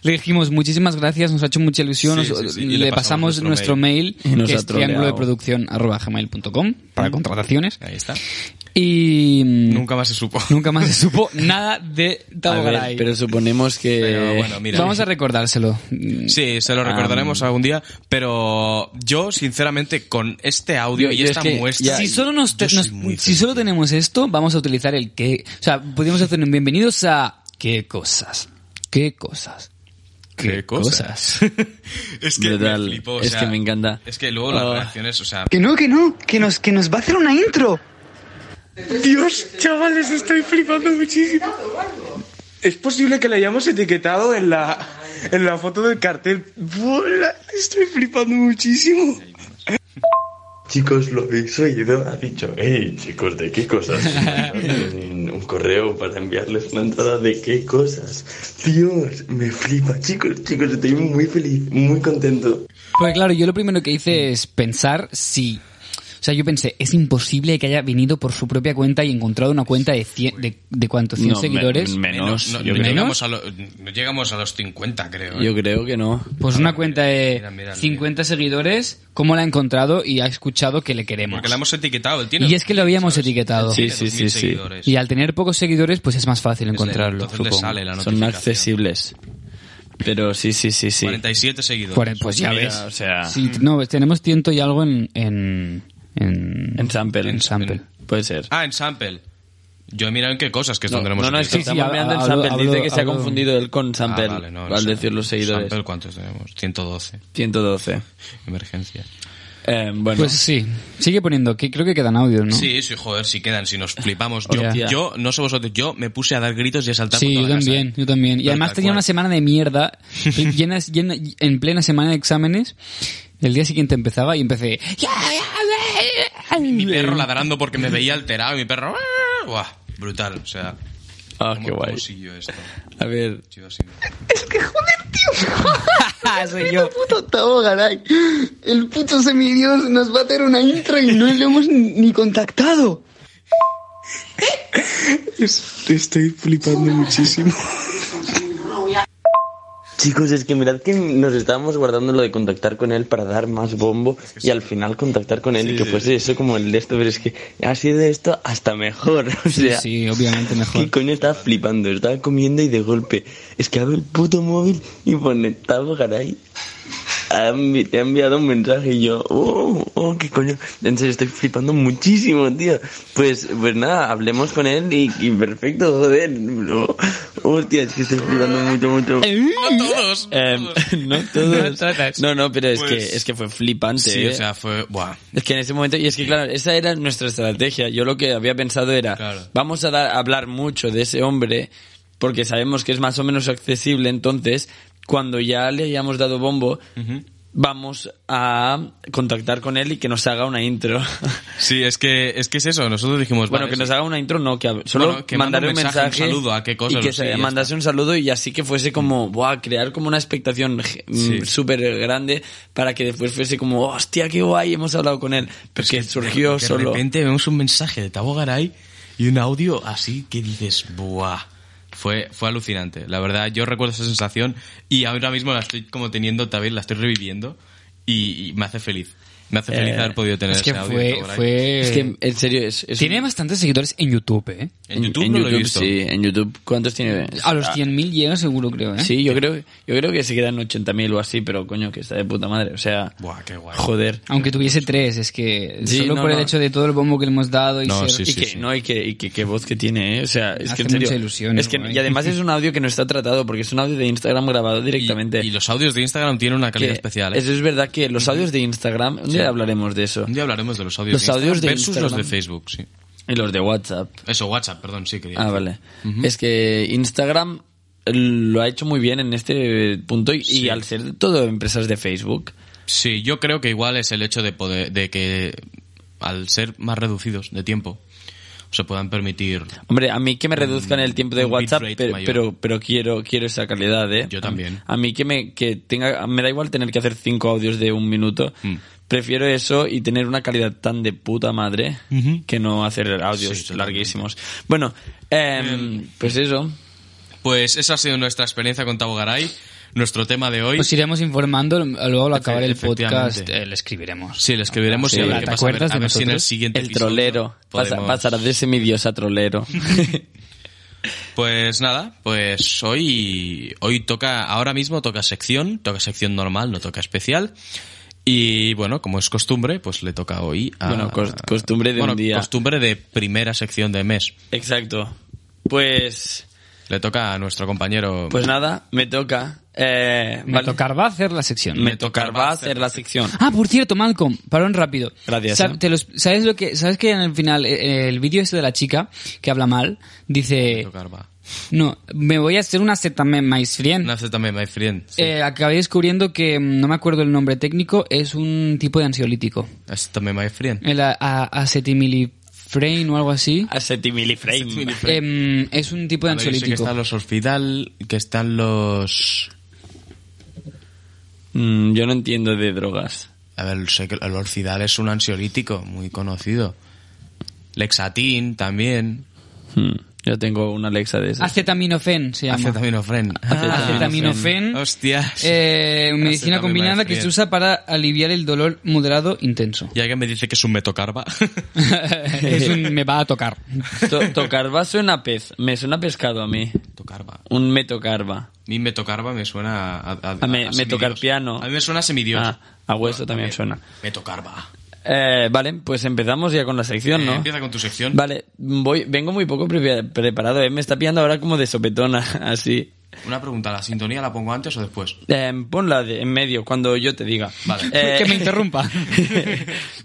Speaker 2: Le dijimos muchísimas gracias, nos ha hecho mucha ilusión,
Speaker 1: Sí,
Speaker 2: nos-
Speaker 1: sí, sí, y
Speaker 2: le, pasamos, nuestro, mail,
Speaker 3: Y nos
Speaker 2: que
Speaker 3: ha
Speaker 2: es triángulo de
Speaker 3: troleado.
Speaker 2: producción arroba gmail.com para contrataciones.
Speaker 1: Ahí está.
Speaker 2: Y mm,
Speaker 1: Mm. Nunca más se supo.
Speaker 2: nunca más se supo nada de
Speaker 3: A ver,
Speaker 2: Tabogaray.
Speaker 3: pero suponemos que...
Speaker 1: Pero bueno, mira.
Speaker 2: Vamos a recordárselo. Mm,
Speaker 1: Sí, se lo recordaremos algún día, pero yo, sinceramente, con este audio
Speaker 3: Yo-
Speaker 1: y
Speaker 3: yo es
Speaker 1: esta
Speaker 3: que
Speaker 1: muestra...
Speaker 3: ya-
Speaker 2: si solo nos, te-
Speaker 1: yo soy
Speaker 2: nos-
Speaker 1: muy
Speaker 2: si solo tenemos esto, vamos a utilizar el qué. O sea, podríamos hacer un bienvenidos a qué cosas. ¿Qué cosas?
Speaker 1: ¿Qué cosas? (laughs) es que
Speaker 3: Brutal.
Speaker 1: me flipó, o
Speaker 3: Es
Speaker 1: sea,
Speaker 3: que me encanta.
Speaker 1: Es que luego las
Speaker 3: Ah.
Speaker 1: reacciones, o sea...
Speaker 6: Que no, que no, que nos, que nos va a hacer una intro. Dios, chavales, estoy flipando muchísimo. Es posible que la hayamos etiquetado en la, en la foto del cartel. Buena, Estoy flipando muchísimo.
Speaker 7: Chicos, lo habéis oído, ha dicho, hey, chicos, ¿de qué cosas? Manden un correo para enviarles una entrada de qué cosas. Dios, me flipa, chicos, chicos, estoy muy feliz, muy contento.
Speaker 2: Porque Pues claro, yo lo primero que hice es pensar si... O sea, yo pensé, es imposible que haya venido por su propia cuenta y encontrado una cuenta de, cien- de, de cuántos, 100
Speaker 3: No, me-
Speaker 2: seguidores.
Speaker 3: menos,
Speaker 1: No, no,
Speaker 3: yo
Speaker 1: no
Speaker 3: creo.
Speaker 1: llegamos, a lo- no llegamos a los 50, creo. ¿eh?
Speaker 3: Yo creo que no.
Speaker 2: pues una cuenta de
Speaker 1: Mira, mira, mira.
Speaker 2: 50 seguidores, ¿cómo la ha encontrado y ha escuchado que le queremos?
Speaker 1: Porque la hemos etiquetado, él tiene...
Speaker 2: Y es que lo habíamos etiquetado.
Speaker 3: Sí,
Speaker 1: tiene
Speaker 3: sí,
Speaker 1: 2.000
Speaker 3: sí, sí.
Speaker 1: seguidores.
Speaker 2: Y al tener pocos seguidores, pues es más fácil encontrarlo,
Speaker 1: Entonces Pues le
Speaker 2: supongo.
Speaker 1: sale la
Speaker 3: Son
Speaker 1: notificación.
Speaker 3: accesibles. Pero sí, sí, sí, sí.
Speaker 1: 47 seguidores.
Speaker 2: Cuare- Pues ya
Speaker 3: Mira,
Speaker 2: ves.
Speaker 3: o sea-
Speaker 2: Sí, no, tenemos ciento y algo en... En, en,
Speaker 3: En sample.
Speaker 2: en sample.
Speaker 3: Puede ser.
Speaker 1: Ah, en sample. Yo he mirado en qué cosas que
Speaker 3: No,
Speaker 1: tendremos.
Speaker 3: no, no,
Speaker 1: aquí.
Speaker 3: es que
Speaker 2: Sí, sí,
Speaker 3: estamos
Speaker 2: hablo-
Speaker 3: mirando el
Speaker 2: hablo-
Speaker 3: sample. Dice
Speaker 2: hablo-
Speaker 3: que se ha
Speaker 2: hablo-
Speaker 3: confundido él
Speaker 1: Ah,
Speaker 3: con sample.
Speaker 1: vale, no,
Speaker 3: al
Speaker 1: en
Speaker 3: decir los
Speaker 1: sample.
Speaker 3: seguidores.
Speaker 1: Sample, ¿cuántos tenemos? 112.
Speaker 3: 112.
Speaker 1: Emergencia.
Speaker 3: Eh, bueno,
Speaker 2: Pues sí, sigue poniendo, que creo que quedan audios, ¿no?
Speaker 1: Sí, sí, joder, si quedan, si nos flipamos. Yo,
Speaker 2: Hostia.
Speaker 1: yo, no sé vosotros, yo me puse a dar gritos y a saltar
Speaker 2: Sí,
Speaker 1: por
Speaker 2: yo
Speaker 1: toda la casa,
Speaker 2: también,
Speaker 1: ¿eh?
Speaker 2: yo también. Y
Speaker 1: Pero
Speaker 2: además
Speaker 1: tal
Speaker 2: tenía
Speaker 1: cual.
Speaker 2: una semana de mierda,
Speaker 1: (laughs)
Speaker 2: llena- llena- en plena semana de exámenes. El día siguiente empezaba y empecé...
Speaker 1: (laughs)
Speaker 2: (laughs)
Speaker 1: Mi perro ladrando porque me veía alterado y mi perro... ¡ah! Buah, brutal, o sea...
Speaker 3: Ah,
Speaker 1: ¿cómo-
Speaker 3: qué guay.
Speaker 1: cómo siguió esto?
Speaker 3: a ver.
Speaker 1: Yo sí me-
Speaker 2: Ah, Soy yo.
Speaker 6: Puto Tabogaray. El puto semidios nos va a hacer una intro y no le hemos ni contactado. Estoy flipando muchísimo.
Speaker 7: Chicos, es que mirad que nos estábamos guardando lo de contactar con él para dar más bombo y al final contactar con él y que fuese eso como el de esto, pero es que ha sido esto hasta mejor, (laughs) o sea...
Speaker 2: Sí, obviamente mejor.
Speaker 7: ¿Qué coño estaba flipando? Estaba comiendo y de golpe. Es que abre el puto móvil y pone Tavo Garay. ha envi- te ha enviado un mensaje y yo, oh, oh, qué coño. En serio, estoy flipando muchísimo, tío. Pues, pues nada, hablemos con él y, y perfecto, joder. No. Hostia, es que estoy flipando mucho, mucho.
Speaker 1: Todos.
Speaker 3: Em, (laughs) no todos.
Speaker 2: todas.
Speaker 3: (laughs) No, no, pero es
Speaker 1: Pues-
Speaker 3: que es que fue flipante.
Speaker 1: Sí,
Speaker 3: eh.
Speaker 1: o sea, fue. Buah.
Speaker 3: Es que en ese momento, y es que claro, esa era nuestra estrategia. Yo lo que había pensado era,
Speaker 1: Claro.
Speaker 3: vamos a dar- a hablar mucho de ese hombre, porque sabemos que es más o menos accesible, entonces, cuando ya le hayamos dado bombo, vamos a contactar con él y que nos haga una intro. (laughs)
Speaker 1: Sí, es que es, que es eso. Nosotros dijimos.
Speaker 3: bueno,
Speaker 1: vale,
Speaker 3: que
Speaker 1: sí.
Speaker 3: nos haga una intro, no, que hab- solo
Speaker 1: Bueno, que mande
Speaker 3: mandarle
Speaker 1: un
Speaker 3: un
Speaker 1: mensaje,
Speaker 3: mensaje,
Speaker 1: un saludo, a qué cosa,
Speaker 3: y que
Speaker 1: sí,
Speaker 3: se-
Speaker 1: ya
Speaker 3: mandase un saludo y así que fuese como, wow, crear como una expectación mm,
Speaker 1: Sí.
Speaker 3: súper grande para que después fuese como, hostia, qué guay, hemos hablado con él,
Speaker 1: Es
Speaker 3: porque
Speaker 1: que
Speaker 3: surgió
Speaker 1: de, de
Speaker 3: solo.
Speaker 1: repente vemos un mensaje de Tabo Garay y un audio así que dices, ¡buah! Fue, fue alucinante. La verdad, yo recuerdo esa sensación y ahora mismo la estoy como teniendo también, la estoy reviviendo y, y me hace feliz. Me hace feliz
Speaker 3: Eh,
Speaker 1: haber podido tener
Speaker 2: Es que
Speaker 1: ese audio. de
Speaker 2: fue...
Speaker 1: Tabo Garay.
Speaker 2: fue...
Speaker 3: Es que, en serio, es... es
Speaker 2: Tiene
Speaker 3: un-
Speaker 2: bastantes seguidores en YouTube, ¿eh?
Speaker 1: En YouTube no lo he visto.
Speaker 3: Sí, en YouTube. ¿Cuántos tiene?
Speaker 2: A los
Speaker 3: Ah,
Speaker 2: 100.000 llega seguro, creo, ¿eh?
Speaker 3: Sí, yo creo, yo creo que se quedan 80.000 o así, pero coño, que está de puta madre. O sea,
Speaker 1: Buah, qué guay.
Speaker 3: joder.
Speaker 2: Aunque tuviese tres, es que
Speaker 3: Sí,
Speaker 2: solo
Speaker 3: no,
Speaker 2: por el
Speaker 3: no.
Speaker 2: hecho de todo el bombo que le hemos dado y
Speaker 1: No,
Speaker 2: ser-
Speaker 1: sí,
Speaker 3: Y
Speaker 1: sí.
Speaker 3: que, no, y que, y que qué voz que tiene, ¿eh? O sea, es
Speaker 2: Hace
Speaker 3: que en serio.
Speaker 2: mucha ilusión,
Speaker 3: es que,
Speaker 2: guay.
Speaker 3: y además es un audio que no está tratado, porque es un audio de Instagram grabado
Speaker 1: Y-
Speaker 3: directamente.
Speaker 1: Y, los audios de Instagram tienen una calidad
Speaker 3: Que
Speaker 1: especial. ¿eh?
Speaker 3: Eso es verdad que los audios de Instagram, un día hablaremos de eso.
Speaker 1: Un día hablaremos de los audios
Speaker 3: Los
Speaker 1: de Instagram
Speaker 3: audios de
Speaker 1: versus los de
Speaker 3: Instagram.
Speaker 1: Facebook, sí.
Speaker 3: Y los de WhatsApp.
Speaker 1: Eso, WhatsApp, perdón, sí, quería
Speaker 3: Ah,
Speaker 1: decir.
Speaker 3: vale. Es que Instagram lo ha hecho muy bien en este punto y, y al ser todo empresas de Facebook,
Speaker 1: Sí, yo creo que igual es el hecho de poder, de que al ser más reducidos de tiempo se puedan permitir.
Speaker 3: Hombre, a mí que me reduzcan el tiempo de
Speaker 1: un
Speaker 3: WhatsApp,
Speaker 1: bitrate
Speaker 3: pero,
Speaker 1: mayor.
Speaker 3: pero, pero quiero, quiero esa calidad, ¿eh?
Speaker 1: Yo también.
Speaker 3: A, a mí que me, que tenga, me da igual tener que hacer cinco audios de un minuto.
Speaker 1: Mm.
Speaker 3: Prefiero eso y tener una calidad tan de puta madre
Speaker 1: Ujú.
Speaker 3: que no hacer audios
Speaker 1: Sí, totalmente.
Speaker 3: larguísimos. Bueno, em, pues eso.
Speaker 1: Pues esa ha sido nuestra experiencia con Tabo Garay, nuestro tema de
Speaker 3: Pues
Speaker 1: hoy.
Speaker 2: Os Pues iremos informando, luego al acabar el
Speaker 1: efectivamente.
Speaker 2: podcast eh, le escribiremos.
Speaker 1: Sí, le escribiremos y a
Speaker 3: Sí.
Speaker 1: ver
Speaker 3: ¿Te
Speaker 1: qué pasa. A ver,
Speaker 2: acuerdas de
Speaker 1: a ver si en el
Speaker 2: nosotros?
Speaker 1: siguiente
Speaker 3: El
Speaker 1: episodio
Speaker 3: trolero. Pasa-
Speaker 1: podemos-
Speaker 3: Pasará de semidios a
Speaker 1: (laughs)
Speaker 3: trolero.
Speaker 1: Pues nada, pues hoy, hoy toca, ahora mismo toca sección, toca sección normal, no toca especial. Y bueno, como es costumbre, pues le toca hoy a...
Speaker 3: Bueno, cos- costumbre de
Speaker 1: Bueno,
Speaker 3: un día.
Speaker 1: costumbre de primera sección de mes.
Speaker 3: Exacto. Pues,
Speaker 1: Le toca a nuestro compañero...
Speaker 3: pues nada, me toca. Eh,
Speaker 2: Me
Speaker 3: vale. Mm.
Speaker 2: tocará hacer la sección.
Speaker 3: Me tocará hacer la sección.
Speaker 1: (laughs)
Speaker 2: Ah, por cierto, Malcolm, parón rápido.
Speaker 3: Gracias,
Speaker 2: Sa-
Speaker 3: eh.
Speaker 2: te los- ¿Sabes lo que sabes que en el final eh, el vídeo este de la chica que habla mal dice,
Speaker 1: Tocar, va.
Speaker 2: "No, me voy a hacer una certamen más
Speaker 3: Mm.
Speaker 2: friend."
Speaker 1: Una Z también, my friend. Sí.
Speaker 2: Eh, acabé descubriendo que mm, no me acuerdo el nombre técnico, es un tipo de ansiolítico.
Speaker 1: Es también my friend.
Speaker 2: El a- a- acetimilifrane o algo así.
Speaker 3: A Setimiliframe.
Speaker 2: Em, es un tipo de
Speaker 1: Ahora yo sé que
Speaker 2: ansiolítico.
Speaker 1: están los hospital, que están los...
Speaker 3: Mm, yo no entiendo de drogas.
Speaker 1: A ver, sé que el orfidal es un ansiolítico muy conocido. Lexatin también.
Speaker 3: Hmm, Yo tengo una Alexa de
Speaker 1: Ah,
Speaker 3: esas.
Speaker 2: Acetaminofén se llama. Ah,
Speaker 1: Acetaminofren.
Speaker 3: Ah,
Speaker 2: Acetaminofén.
Speaker 1: Hostias.
Speaker 2: Eh, medicina
Speaker 1: Acetaminofén.
Speaker 2: combinada que se usa para aliviar el dolor moderado intenso.
Speaker 1: (laughs) Y alguien me dice que es un (laughs) metocarba.
Speaker 2: es un me va a tocar.
Speaker 3: To- tocarva suena a pez. Me suena a pescado a mí.
Speaker 1: metocarba.
Speaker 3: Un metocarva.
Speaker 1: A mí metocarba me suena a... a,
Speaker 3: A me-
Speaker 1: a semidios.
Speaker 3: metocarpiano.
Speaker 1: A mí me suena a semidios.
Speaker 3: Ah, a hueso también suena.
Speaker 1: Metocarba.
Speaker 3: Eh, vale, pues empezamos ya con la sección,
Speaker 1: Eh,
Speaker 3: ¿no?
Speaker 1: empieza con tu sección.
Speaker 3: Vale, voy, vengo muy poco pre- preparado, ¿eh? Me está pillando ahora como de sopetona, (laughs) así.
Speaker 1: Una pregunta, ¿la sintonía la pongo antes o después?
Speaker 3: Eh, ponla de- en medio, cuando yo te diga.
Speaker 1: Vale.
Speaker 3: Eh,
Speaker 2: que me interrumpa.
Speaker 3: (laughs)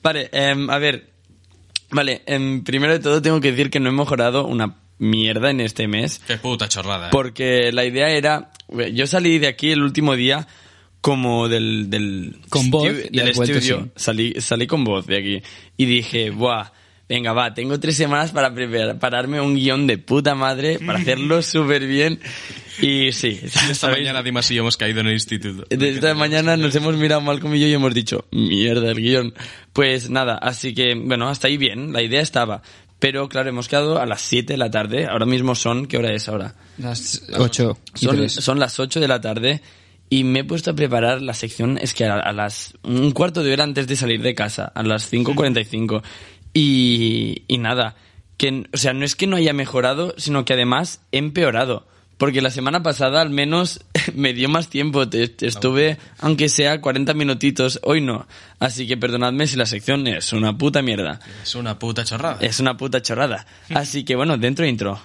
Speaker 3: vale, em, a ver. Vale, em, primero de todo tengo que decir que no he mejorado una mierda en este mes.
Speaker 1: Qué puta chorrada. eh.
Speaker 3: Porque la idea era. eh, Yo salí de aquí el último día como del. del
Speaker 2: Con voz
Speaker 3: estu-
Speaker 2: y
Speaker 3: del
Speaker 2: has vuelto
Speaker 3: estudio.
Speaker 2: sin.
Speaker 3: Salí, salí con voz de aquí. Y dije, buah. Venga, va, tengo tres semanas para prepararme un guión de puta madre, para hacerlo súper bien. Y sí,
Speaker 1: Esta
Speaker 3: ¿sabéis?
Speaker 1: mañana Dimas y yo hemos caído en el instituto.
Speaker 3: De esta mañana nos hemos mirado mal como yo y hemos dicho, mierda el guión. Pues nada, así que bueno, hasta ahí bien, la idea estaba. Pero claro, hemos quedado a las 7 de la tarde, ahora mismo son, ¿qué hora es ahora?
Speaker 2: Las 8 y
Speaker 3: Son,
Speaker 2: tres.
Speaker 3: son las 8 de la tarde y me he puesto a preparar la sección, es que a, a las un cuarto de hora antes de salir de casa, a las 5.45. Y, y nada, que, n- o sea, no es que no haya mejorado, sino que además he empeorado. Porque la semana pasada al menos (laughs) me dio más tiempo, te- te estuve aunque sea 40 minutitos, hoy no. Así que perdonadme si la sección es una puta mierda.
Speaker 1: Es una puta chorrada.
Speaker 3: Es una puta (laughs) chorrada. Así que bueno, dentro intro.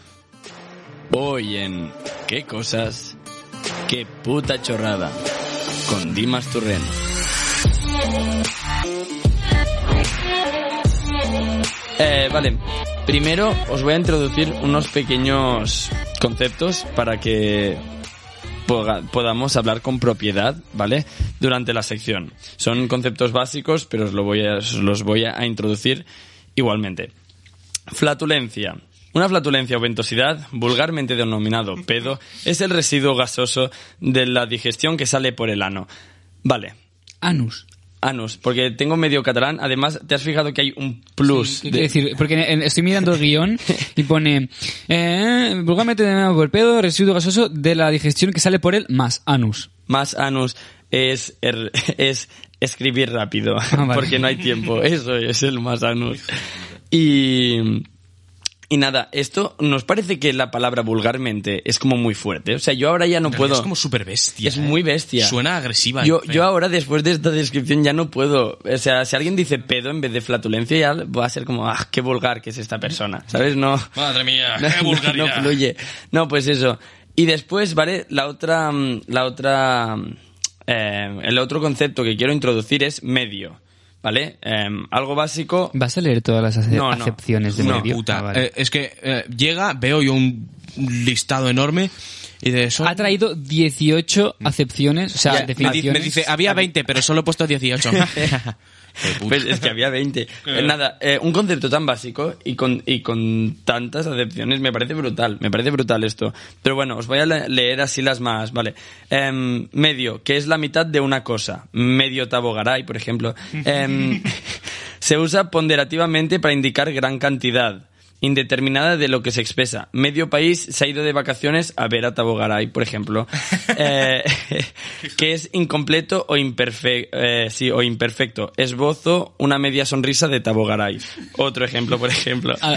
Speaker 3: Hoy en ¿Qué cosas? ¿Qué puta chorrada? Con Dimas Turren. Eh, vale, primero os voy a introducir unos pequeños conceptos para que poga- podamos hablar con propiedad, ¿vale? Durante la sección. Son conceptos básicos, pero os, lo voy a- os los voy a introducir igualmente. Flatulencia. Una flatulencia o ventosidad, vulgarmente denominado pedo, es el residuo gasoso de la digestión que sale por el ano. Vale,
Speaker 2: Anus.
Speaker 3: anus, porque tengo medio catalán. Además, ¿te has fijado que hay un plus?
Speaker 2: ¿Qué
Speaker 3: de-
Speaker 2: quiere decir? Porque en- en- estoy mirando el guión y pone eh, vulgarmente denominado por pedo, residuo gasoso de la digestión que sale por el más anus.
Speaker 3: más anus es, er- (laughs) es escribir rápido,
Speaker 2: Ah, vale.
Speaker 3: porque no
Speaker 1: (laughs)
Speaker 3: hay tiempo. Eso es el más anus. Y, y nada, esto nos parece que la palabra vulgarmente es como muy fuerte. O sea, yo ahora ya no
Speaker 1: En realidad
Speaker 3: puedo...
Speaker 1: Es como súper bestia.
Speaker 3: Es muy bestia.
Speaker 1: Suena agresiva. eh. y
Speaker 3: Yo,
Speaker 1: fea.
Speaker 3: yo ahora, después de esta descripción, ya no puedo. O sea, si alguien dice pedo en vez de flatulencia, ya va a ser como, ah, qué vulgar que es esta persona. ¿Sabes? No.
Speaker 1: Madre mía, (laughs)
Speaker 3: No,
Speaker 1: qué
Speaker 3: no,
Speaker 1: vulgaridad.
Speaker 3: no fluye. No, pues eso. Y después, ¿vale? La otra. mm, La otra. mm, eh, el otro concepto que quiero introducir es medio. ¿Vale? Eh, algo básico.
Speaker 2: ¿Vas a leer todas las ace-
Speaker 3: No, no.
Speaker 2: acepciones de
Speaker 3: No,
Speaker 2: medio?
Speaker 1: Puta,
Speaker 2: Ah, vale.
Speaker 1: eh, es que eh, llega, veo yo un un listado enorme y de eso.
Speaker 2: ha traído 18 acepciones, o sea,
Speaker 3: Ya, me
Speaker 1: me, di-
Speaker 2: definiciones.
Speaker 1: me dice, había 20, pero solo he puesto
Speaker 3: (laughs)
Speaker 1: 18. Qué puta.
Speaker 3: Pues es que había 20. Eh, Nada, eh, un concepto tan básico y con, y con tantas acepciones me parece brutal, me parece brutal esto. Pero bueno, os voy a le- leer así las más, vale. Em, medio, que es la mitad de una cosa. Medio tabogaray, por ejemplo. Em, (laughs) se usa ponderativamente para indicar gran cantidad indeterminada de lo que se expresa. Medio país se ha ido de vacaciones a ver a Tabogaray,
Speaker 2: (laughs)
Speaker 3: por ejemplo, Eh, (laughs) que es incompleto o, imperfe- eh, sí, o imperfecto. Esbozo una media sonrisa de Tabogaray. Otro ejemplo, por ejemplo.
Speaker 2: Ah.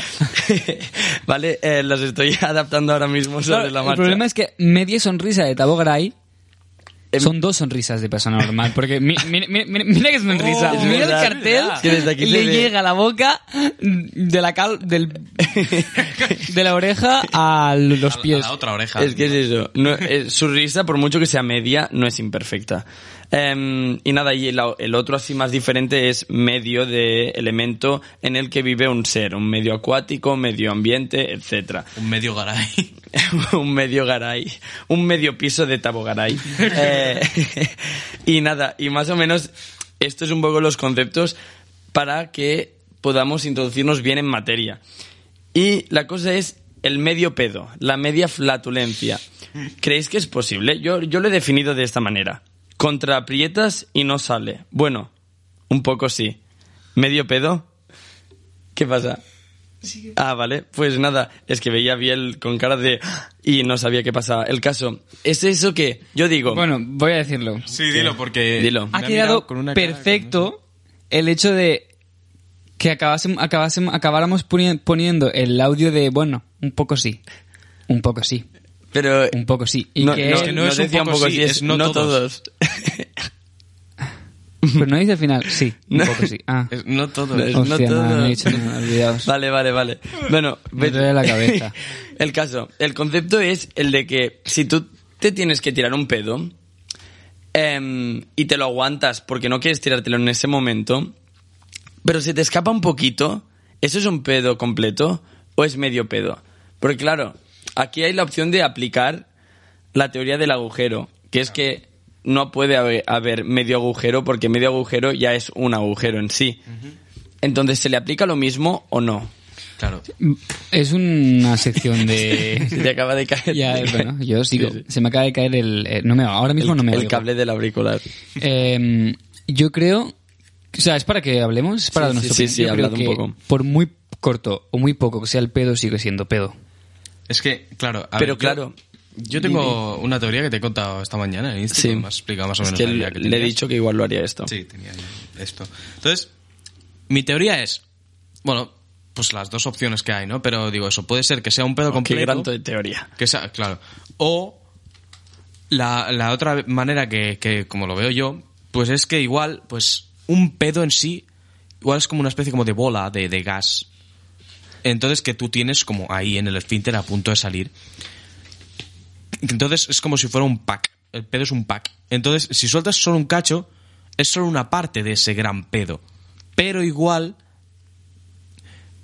Speaker 3: (laughs) vale, eh, los estoy (laughs) adaptando ahora mismo sobre
Speaker 2: Claro,
Speaker 3: la
Speaker 2: el
Speaker 3: marcha.
Speaker 2: problema es que media sonrisa de Tabogray
Speaker 3: Em-
Speaker 2: son dos sonrisas de persona normal. Porque mi- mira, mira- mira- mira que sonrisa.
Speaker 3: Oh, es
Speaker 2: mira el
Speaker 3: verdad.
Speaker 2: cartel,
Speaker 3: Es que desde aquí
Speaker 2: le
Speaker 3: se ve.
Speaker 2: llega la boca de la cal,
Speaker 3: (laughs)
Speaker 2: del, de la oreja a los
Speaker 1: A-
Speaker 2: pies.
Speaker 1: A la otra oreja.
Speaker 3: Es que es eso. No, eh, su risa, por mucho que sea media, no es imperfecta. Em, y nada, y el, el otro así más diferente es medio de elemento en el que vive un ser, un medio acuático, medio ambiente, etcétera
Speaker 1: Un medio garay.
Speaker 3: (laughs) un medio garay, un medio piso de tabogaray. Eh, (laughs) y nada, y más o menos esto es un poco los conceptos para que podamos introducirnos bien en materia. Y la cosa es el medio pedo, la media flatulencia. ¿Creéis que es posible? Yo, yo lo he definido de esta manera. Contra aprietas y no sale. Bueno, un poco sí. ¿Medio pedo? ¿Qué pasa? Ah, vale. Pues nada, es que veía a Biel con cara de... "Ah", Y no sabía qué pasaba. El caso, es eso que yo digo...
Speaker 2: Bueno, voy a decirlo.
Speaker 1: Sí, dilo, porque.
Speaker 3: Dilo.
Speaker 2: ha quedado perfecto el hecho de que acabásemos, acabásemos- acabáramos poni- poniendo el audio de, bueno, un poco sí, un poco sí,
Speaker 3: pero...
Speaker 2: un poco sí. Y
Speaker 3: no,
Speaker 2: que
Speaker 3: no,
Speaker 1: que
Speaker 3: no
Speaker 1: no es un
Speaker 3: decía un
Speaker 1: poco
Speaker 3: poco
Speaker 1: sí,
Speaker 3: sí, es,
Speaker 1: es
Speaker 3: no,
Speaker 1: no
Speaker 2: (laughs)
Speaker 3: todos.
Speaker 1: todos. (laughs)
Speaker 2: Pero Pues no dice al final, sí, un poco sí. Ah,
Speaker 1: Es- no todo.
Speaker 3: No, es-
Speaker 2: hostia,
Speaker 3: no
Speaker 2: nada,
Speaker 3: todos.
Speaker 2: no he dicho nada, olvidaos.
Speaker 3: (laughs) Vale, vale, vale. Bueno,
Speaker 2: Me duele la cabeza.
Speaker 3: (laughs) el caso, el concepto es el de que si tú te tienes que tirar un pedo em, y te lo aguantas porque no quieres tirártelo en ese momento, pero se te escapa un poquito, ¿eso es un pedo completo o es medio pedo? Porque claro, aquí hay la opción de aplicar la teoría del agujero, que es que no puede haber, haber medio agujero porque medio agujero ya es un agujero en sí. Entonces, ¿se le aplica lo mismo o no?
Speaker 1: Claro.
Speaker 2: Es una sección de...
Speaker 3: (laughs) Se te acaba de caer.
Speaker 2: Ya,
Speaker 3: de caer
Speaker 2: bueno, yo sigo.
Speaker 3: Sí, sí.
Speaker 2: Se me acaba de caer el... eh, no me, ahora mismo
Speaker 3: el,
Speaker 2: no me
Speaker 3: el
Speaker 2: oigo.
Speaker 3: cable del auricular.
Speaker 1: Este
Speaker 2: Eh, yo creo. O sea, es para que hablemos, es para
Speaker 3: Sí,
Speaker 2: nuestro
Speaker 3: sí, sí, sí, hablad un poco.
Speaker 2: por muy corto o muy poco que sea el pedo, sigue siendo pedo.
Speaker 1: Es que, claro. a
Speaker 3: Pero
Speaker 1: yo-
Speaker 3: claro,
Speaker 1: Yo tengo una teoría que te he contado esta mañana en Instagram.
Speaker 3: Sí.
Speaker 1: Me has explicado más o
Speaker 3: Es
Speaker 1: menos
Speaker 3: que
Speaker 1: la idea que
Speaker 3: le he
Speaker 1: tenías.
Speaker 3: dicho que igual lo haría esto.
Speaker 1: Sí, tenía yo esto. Entonces, mi teoría es, bueno, pues las dos opciones que hay, ¿no? Pero digo eso, puede ser que sea un pedo
Speaker 3: Qué
Speaker 1: completo.
Speaker 3: gran to- teoría.
Speaker 1: Que sea, claro. O la, la otra manera que, que, como lo veo yo, pues es que igual, pues un pedo en sí, igual es como una especie como de bola de, de gas. Entonces que tú tienes como ahí en el esfínter a punto de salir. Entonces es como si fuera un pack. El pedo es un pack. Entonces, si sueltas solo un cacho, es solo una parte de ese gran pedo. Pero igual...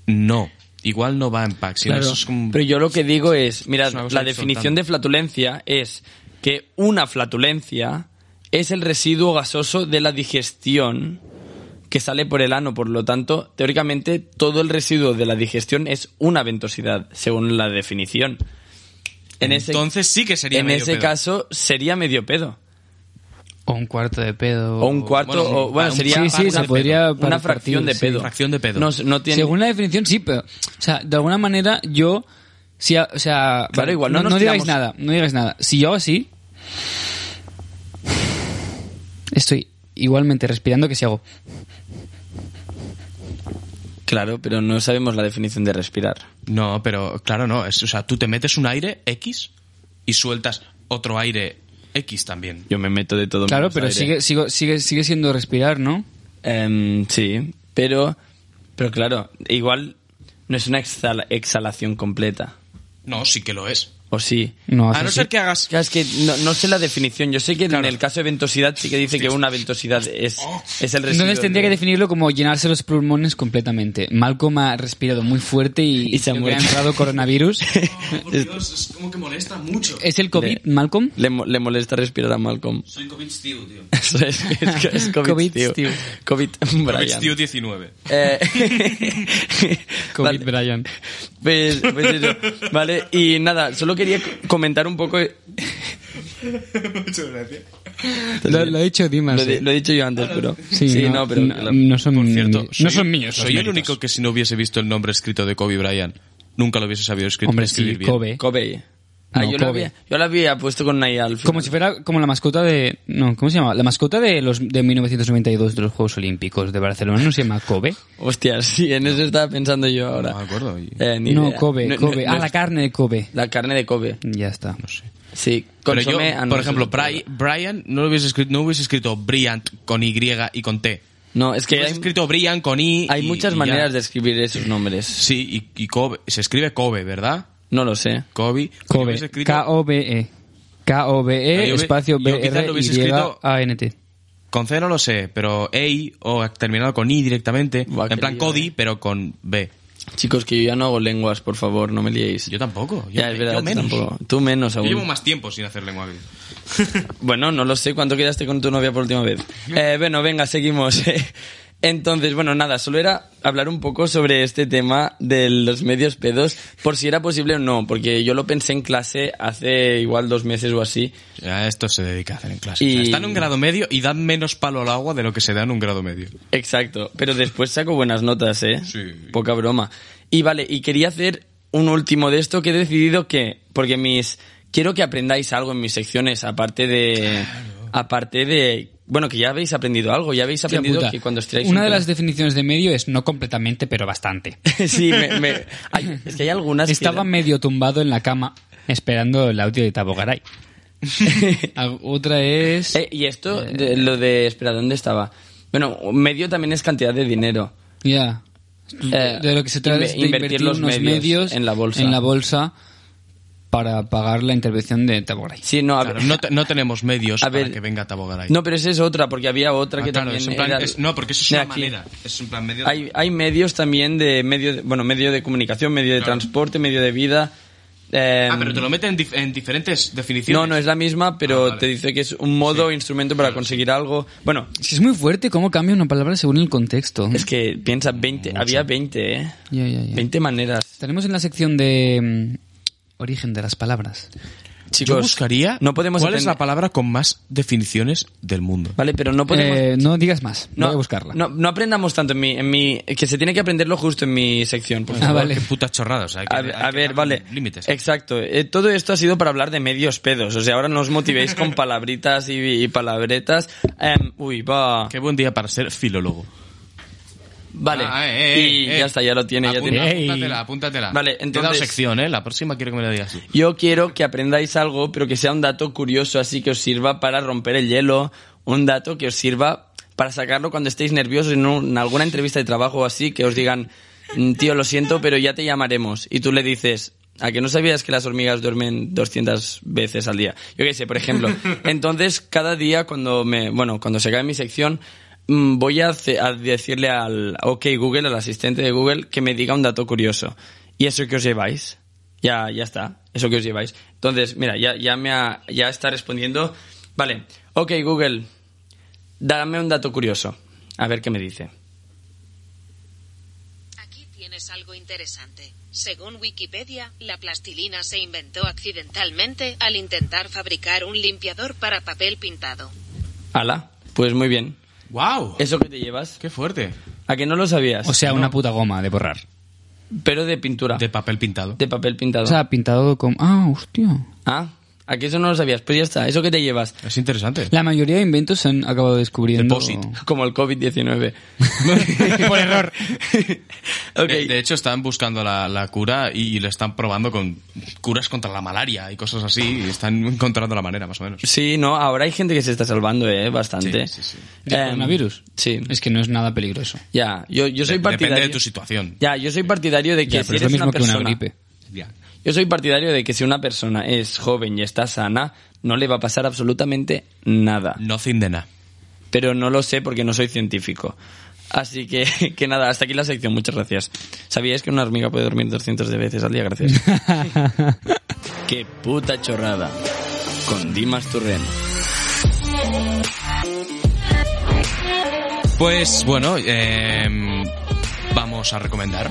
Speaker 1: No. Igual no va en pack. sino
Speaker 3: Claro,
Speaker 1: eso es como-
Speaker 3: Pero yo lo que digo es, mirad,
Speaker 1: es una cosa
Speaker 3: la
Speaker 1: que
Speaker 3: definición
Speaker 1: soltando.
Speaker 3: de flatulencia es que una flatulencia es el residuo gasoso de la digestión que sale por el ano, por lo tanto, teóricamente todo el residuo de la digestión es una ventosidad, según la definición. En ese-
Speaker 1: Entonces sí que sería
Speaker 3: en
Speaker 1: medio
Speaker 3: ese
Speaker 1: pedo.
Speaker 3: caso sería medio pedo.
Speaker 2: O un cuarto de pedo.
Speaker 3: O un cuarto,
Speaker 1: Oh. bueno,
Speaker 3: o, bueno
Speaker 1: un-
Speaker 3: sería
Speaker 2: sí, sí,
Speaker 1: parte
Speaker 2: se
Speaker 1: de
Speaker 2: podría
Speaker 3: una
Speaker 2: par-
Speaker 3: fracción de
Speaker 2: partir, sí.
Speaker 3: pedo.
Speaker 1: Fracción de pedo.
Speaker 3: No, no tiene,
Speaker 2: Según la definición, sí, pero. O sea, de alguna manera yo. Si, a- o sea.
Speaker 3: Claro, igual no nos
Speaker 2: digáis
Speaker 3: tiramos-
Speaker 2: nada, no digáis nada. Si yo así. Estoy igualmente respirando que si hago.
Speaker 3: Claro, pero no sabemos la definición de respirar.
Speaker 1: No, pero claro, no. Es, o sea, tú te metes un aire X y sueltas otro aire X también.
Speaker 3: Yo me meto de todo.
Speaker 2: Claro,
Speaker 3: menos
Speaker 2: pero
Speaker 3: aire.
Speaker 2: sigue, sigo- sigue, sigue siendo respirar, ¿no?
Speaker 3: Em, sí, pero, pero claro, igual no es una exhala- exhalación completa.
Speaker 1: No, sí que lo es.
Speaker 3: ¿O sí?
Speaker 2: No,
Speaker 1: A
Speaker 2: hace
Speaker 1: no
Speaker 2: así.
Speaker 1: ser que
Speaker 3: (laughs)
Speaker 1: hagas.
Speaker 3: Claro, Es que no, no sé la definición. Yo sé que
Speaker 1: Claro.
Speaker 3: en el caso de ventosidad sí que dice que una ventosidad es, es el residuo.
Speaker 2: Entonces tendría que
Speaker 3: de-
Speaker 2: definirlo como llenarse los pulmones completamente. Malcolm ha respirado muy fuerte (laughs) y,
Speaker 3: Y se ha
Speaker 2: creo que le
Speaker 3: muerto.
Speaker 2: entrado (laughs) coronavirus.
Speaker 1: por Dios, es como que molesta mucho.
Speaker 2: ¿Es el COVID, Malcolm?
Speaker 3: Le, mo- le molesta respirar a Malcolm.
Speaker 1: Soy COVID Stew, tío.
Speaker 3: Eso es, es, es COVID,
Speaker 2: COVID,
Speaker 3: tío.
Speaker 2: tío.
Speaker 3: COVID,
Speaker 1: COVID
Speaker 3: Brian.
Speaker 1: Stew 19.
Speaker 3: Eh, (laughs)
Speaker 2: COVID,
Speaker 3: vale.
Speaker 2: Brian.
Speaker 3: Pues, pues eso, vale, y nada, solo quería co- comentar un poco...
Speaker 2: Lo, lo ha dicho Dimas.
Speaker 3: Lo,
Speaker 2: eh.
Speaker 3: di- lo he dicho yo antes, pero...
Speaker 2: Sí, no,
Speaker 3: pero...
Speaker 2: no, no son,
Speaker 1: Por cierto,
Speaker 2: Mm, no
Speaker 1: soy-
Speaker 2: son míos. los
Speaker 1: Soy el
Speaker 2: méritos.
Speaker 1: único que si no hubiese visto el nombre escrito de Kobe Bryant, nunca lo hubiese sabido escribir,
Speaker 2: Hombre,
Speaker 1: escribir
Speaker 2: sí,
Speaker 1: bien.
Speaker 2: Kobe.
Speaker 3: Kobe. Ah,
Speaker 2: No,
Speaker 3: yo, la
Speaker 2: Kobe.
Speaker 3: había, yo la había puesto con Naya al final.
Speaker 2: Como si fuera como la mascota de. No, ¿cómo se llama? La mascota de los de 1992 de los Juegos Olímpicos de Barcelona no se llama Kobe.
Speaker 3: Hostia, sí, en eso estaba pensando yo ahora.
Speaker 1: No me acuerdo. y-
Speaker 3: Eh, ni
Speaker 2: No,
Speaker 3: idea.
Speaker 2: Kobe,
Speaker 3: No, no,
Speaker 2: Kobe.
Speaker 3: no
Speaker 2: ah,
Speaker 3: es-
Speaker 2: la carne de Kobe.
Speaker 3: la carne de Kobe.
Speaker 2: Ya está.
Speaker 3: Sí,
Speaker 1: Pero yo,
Speaker 3: consomé a
Speaker 1: por
Speaker 3: no
Speaker 1: ejemplo,
Speaker 3: ser-
Speaker 1: Bri- Brian no, lo hubiese escrito, no hubiese escrito Bryant con Y y con T.
Speaker 3: No, es que
Speaker 1: Hubiese
Speaker 3: hay,
Speaker 1: escrito Brian con I.
Speaker 3: hay
Speaker 1: y-
Speaker 3: muchas
Speaker 1: y ya.
Speaker 3: maneras de escribir esos nombres.
Speaker 1: Sí, y, y Kobe. Se escribe Kobe, ¿verdad?
Speaker 3: No lo sé.
Speaker 1: Kobe. Yo
Speaker 2: Kobe.
Speaker 1: hubiese escrito
Speaker 2: K-O-B-E.
Speaker 1: Yo
Speaker 2: K-O-B-E,
Speaker 1: hubiese-
Speaker 2: E, espacio
Speaker 1: yo quizás lo hubiese escrito-
Speaker 2: B-R-Y-A-N-T.
Speaker 1: Con C no lo sé, pero EI o terminado con I directamente.
Speaker 3: Buah, qué
Speaker 1: en plan
Speaker 3: lío,
Speaker 1: Cody,
Speaker 3: eh.
Speaker 1: pero con B.
Speaker 3: Chicos, que yo ya no hago lenguas, por favor, no me liéis.
Speaker 1: Yo tampoco. Yo,
Speaker 3: ya, es
Speaker 1: yo
Speaker 3: verdad, tú
Speaker 1: menos.
Speaker 3: tampoco. Tú menos
Speaker 1: Yo
Speaker 3: aún.
Speaker 1: llevo más tiempo sin hacer lengua gris.
Speaker 3: Bueno, no lo sé cuánto quedaste con tu novia por
Speaker 1: (laughs)
Speaker 3: última vez. Eh, bueno, venga, seguimos. (laughs) Entonces, bueno, nada, solo era hablar un poco sobre este tema de los medios pedos, por si era posible o no, porque yo lo pensé en clase hace igual dos meses o así.
Speaker 1: A esto se dedica a hacer en clase.
Speaker 3: Y-
Speaker 1: O sea, está en un grado medio y dan menos palo al agua de lo que se da en un grado medio.
Speaker 3: Exacto, pero después saco buenas notas, ¿eh?
Speaker 1: Sí.
Speaker 3: Poca broma. Y vale, y quería hacer un último de esto que he decidido que, porque mis, quiero que aprendáis algo en mis secciones, aparte de, aparte de, bueno, que ya habéis aprendido algo, ya habéis
Speaker 2: Hostia
Speaker 3: aprendido
Speaker 2: puta.
Speaker 3: que cuando estiráis
Speaker 2: Una
Speaker 3: un
Speaker 2: de
Speaker 3: pelo-
Speaker 2: las definiciones de medio es no completamente,
Speaker 1: (laughs)
Speaker 2: pero bastante.
Speaker 3: (laughs) sí, me, me- ay, es que hay algunas. que-
Speaker 2: Estaba medio tumbado en la cama esperando el audio
Speaker 1: (laughs)
Speaker 2: de Tabogaray. Al- Otra es...
Speaker 3: Eh, y esto, de- lo de. Espera, ¿dónde estaba? Bueno, medio también es cantidad de dinero.
Speaker 2: Ya.
Speaker 3: Eh,
Speaker 2: de lo que se trata
Speaker 3: inve-
Speaker 2: es de
Speaker 3: invertir
Speaker 2: invertir
Speaker 3: los
Speaker 2: los
Speaker 3: medios
Speaker 2: medios,
Speaker 3: en la bolsa.
Speaker 2: en la bolsa para pagar la intervención de Tabogaray.
Speaker 3: Sí, no, a
Speaker 1: Claro,
Speaker 3: ver-
Speaker 1: no, te- no tenemos medios
Speaker 3: A
Speaker 1: para
Speaker 3: ver,
Speaker 1: que venga Tabogaray.
Speaker 3: no, pero esa es otra, porque había otra
Speaker 1: Ah,
Speaker 3: que
Speaker 1: claro,
Speaker 3: también.
Speaker 1: es en plan-
Speaker 3: era-
Speaker 1: es- no, porque eso es
Speaker 3: era
Speaker 1: una
Speaker 3: aquí.
Speaker 1: manera. Es un plan medio.
Speaker 3: Hay, hay medios también de medio de- bueno medio de comunicación medio de
Speaker 1: Claro.
Speaker 3: transporte medio de vida eh,
Speaker 1: Ah, pero te lo meten en, dif- en diferentes definiciones.
Speaker 3: no no es la misma pero
Speaker 1: Ah, vale.
Speaker 3: te dice que es un modo o instrumento para conseguir algo bueno
Speaker 2: Si es muy fuerte cómo cambia una palabra según el contexto.
Speaker 3: es que piensa 20 había 20 eh
Speaker 2: Ya, ya, ya.
Speaker 3: 20 maneras
Speaker 2: Estaremos en la sección de mm, origen de las palabras.
Speaker 3: chicos
Speaker 1: Yo buscaría
Speaker 3: no podemos
Speaker 1: cuál es
Speaker 3: aprender-
Speaker 1: la palabra con más definiciones del mundo.
Speaker 3: Vale, pero no podemos.
Speaker 2: Eh, no digas más,
Speaker 3: no,
Speaker 2: voy a buscarla.
Speaker 3: No, no aprendamos tanto en mi, en mi. Que se tiene que aprenderlo justo en mi sección, por
Speaker 2: Ah,
Speaker 3: favor.
Speaker 2: vale.
Speaker 1: Qué puta chorrada. o sea, hay que-
Speaker 3: A,
Speaker 1: hay
Speaker 3: ver-
Speaker 1: que
Speaker 3: a ver,
Speaker 1: dar
Speaker 3: vale.
Speaker 1: Límites.
Speaker 3: Exacto. Eh, todo esto ha sido para hablar de medios pedos. O sea, ahora no os
Speaker 1: (laughs)
Speaker 3: motivéis con palabritas y, y palabretas. Em, uy, va.
Speaker 1: Qué buen día para ser filólogo.
Speaker 3: Vale.
Speaker 1: Ah, eh, eh,
Speaker 3: y
Speaker 1: eh.
Speaker 3: ya está, ya lo tiene. ya
Speaker 1: Apunta-
Speaker 3: tiene.
Speaker 2: Ey.
Speaker 1: Apúntatela, apúntatela. Te he
Speaker 3: Vale,
Speaker 1: dado
Speaker 3: entonces-
Speaker 1: sección, ¿eh? La próxima quiero que me la digas tú.
Speaker 3: Yo quiero que aprendáis algo, pero que sea un dato curioso, así que os sirva para romper el hielo, un dato que os sirva para sacarlo cuando estéis nerviosos en, un- en alguna entrevista de trabajo o así, que os digan, "Mm, tío, lo siento, pero ya te llamaremos. Y tú le dices, ¿a que no sabías que las hormigas duermen 200 veces al día? Yo qué sé, por ejemplo. Entonces, cada día cuando me, bueno, cuando se cae mi sección, mm, voy a, hace- a decirle al OK Google, al asistente de Google, que me diga un dato curioso. ¿Y eso que os lleváis? Ya, ya está. Eso que os lleváis. Entonces, mira, ya, ya me ha- ya está respondiendo. Vale. Ok, Google. Dame un dato curioso. A ver qué me dice.
Speaker 9: Aquí tienes algo interesante. Según Wikipedia, la plastilina se inventó accidentalmente al intentar fabricar un limpiador para papel pintado.
Speaker 3: Ala. Pues muy bien.
Speaker 1: ¡Wow!
Speaker 3: ¿Eso que te llevas?
Speaker 1: ¡Qué fuerte!
Speaker 3: ¿A que no lo sabías?
Speaker 2: O sea, una puta goma de borrar.
Speaker 3: Pero de pintura.
Speaker 1: De
Speaker 3: De,
Speaker 1: papel pintado.
Speaker 3: papel pintado.
Speaker 2: O sea, pintado con... Ah, hostia.
Speaker 3: ah. ¿A que eso no lo sabías? Pues ya está. ¿Eso que te llevas? (laughs)
Speaker 1: Es interesante.
Speaker 2: La mayoría de inventos se han acabado descubriendo...
Speaker 1: Depósito.
Speaker 3: Como el COVID-19.
Speaker 2: (laughs) Por error.
Speaker 3: (laughs) ok.
Speaker 1: Eh, de hecho, están buscando la, la cura y, le están probando con curas contra la malaria y cosas así. Y están encontrando la manera, más o menos.
Speaker 3: Sí, no, ahora hay gente que se está salvando, ¿eh? Bastante.
Speaker 1: Sí, sí, sí.
Speaker 2: ¿De
Speaker 3: Em,
Speaker 2: coronavirus?
Speaker 3: Sí.
Speaker 2: Es que no es nada peligroso.
Speaker 3: Ya, yo, yo soy
Speaker 1: De-
Speaker 3: partidario.
Speaker 1: Depende de tu situación.
Speaker 3: Ya, yo soy partidario de que
Speaker 2: Ya,
Speaker 3: si
Speaker 2: pero es lo
Speaker 3: eres
Speaker 2: mismo
Speaker 3: una
Speaker 2: que una
Speaker 3: persona,
Speaker 2: gripe.
Speaker 1: Ya.
Speaker 3: Yo soy partidario de que si una persona es joven y está sana, no le va a pasar absolutamente nada.
Speaker 1: Nothing de nada.
Speaker 3: Pero no lo sé porque no soy científico. Así que, (laughs) que nada, hasta aquí la sección. Muchas gracias. ¿Sabíais que una hormiga puede dormir 200 de veces al
Speaker 2: (laughs)
Speaker 3: día? Gracias. ¡Qué puta chorrada! Con Dimas Turren.
Speaker 1: Pues bueno, em, vamos a recomendar.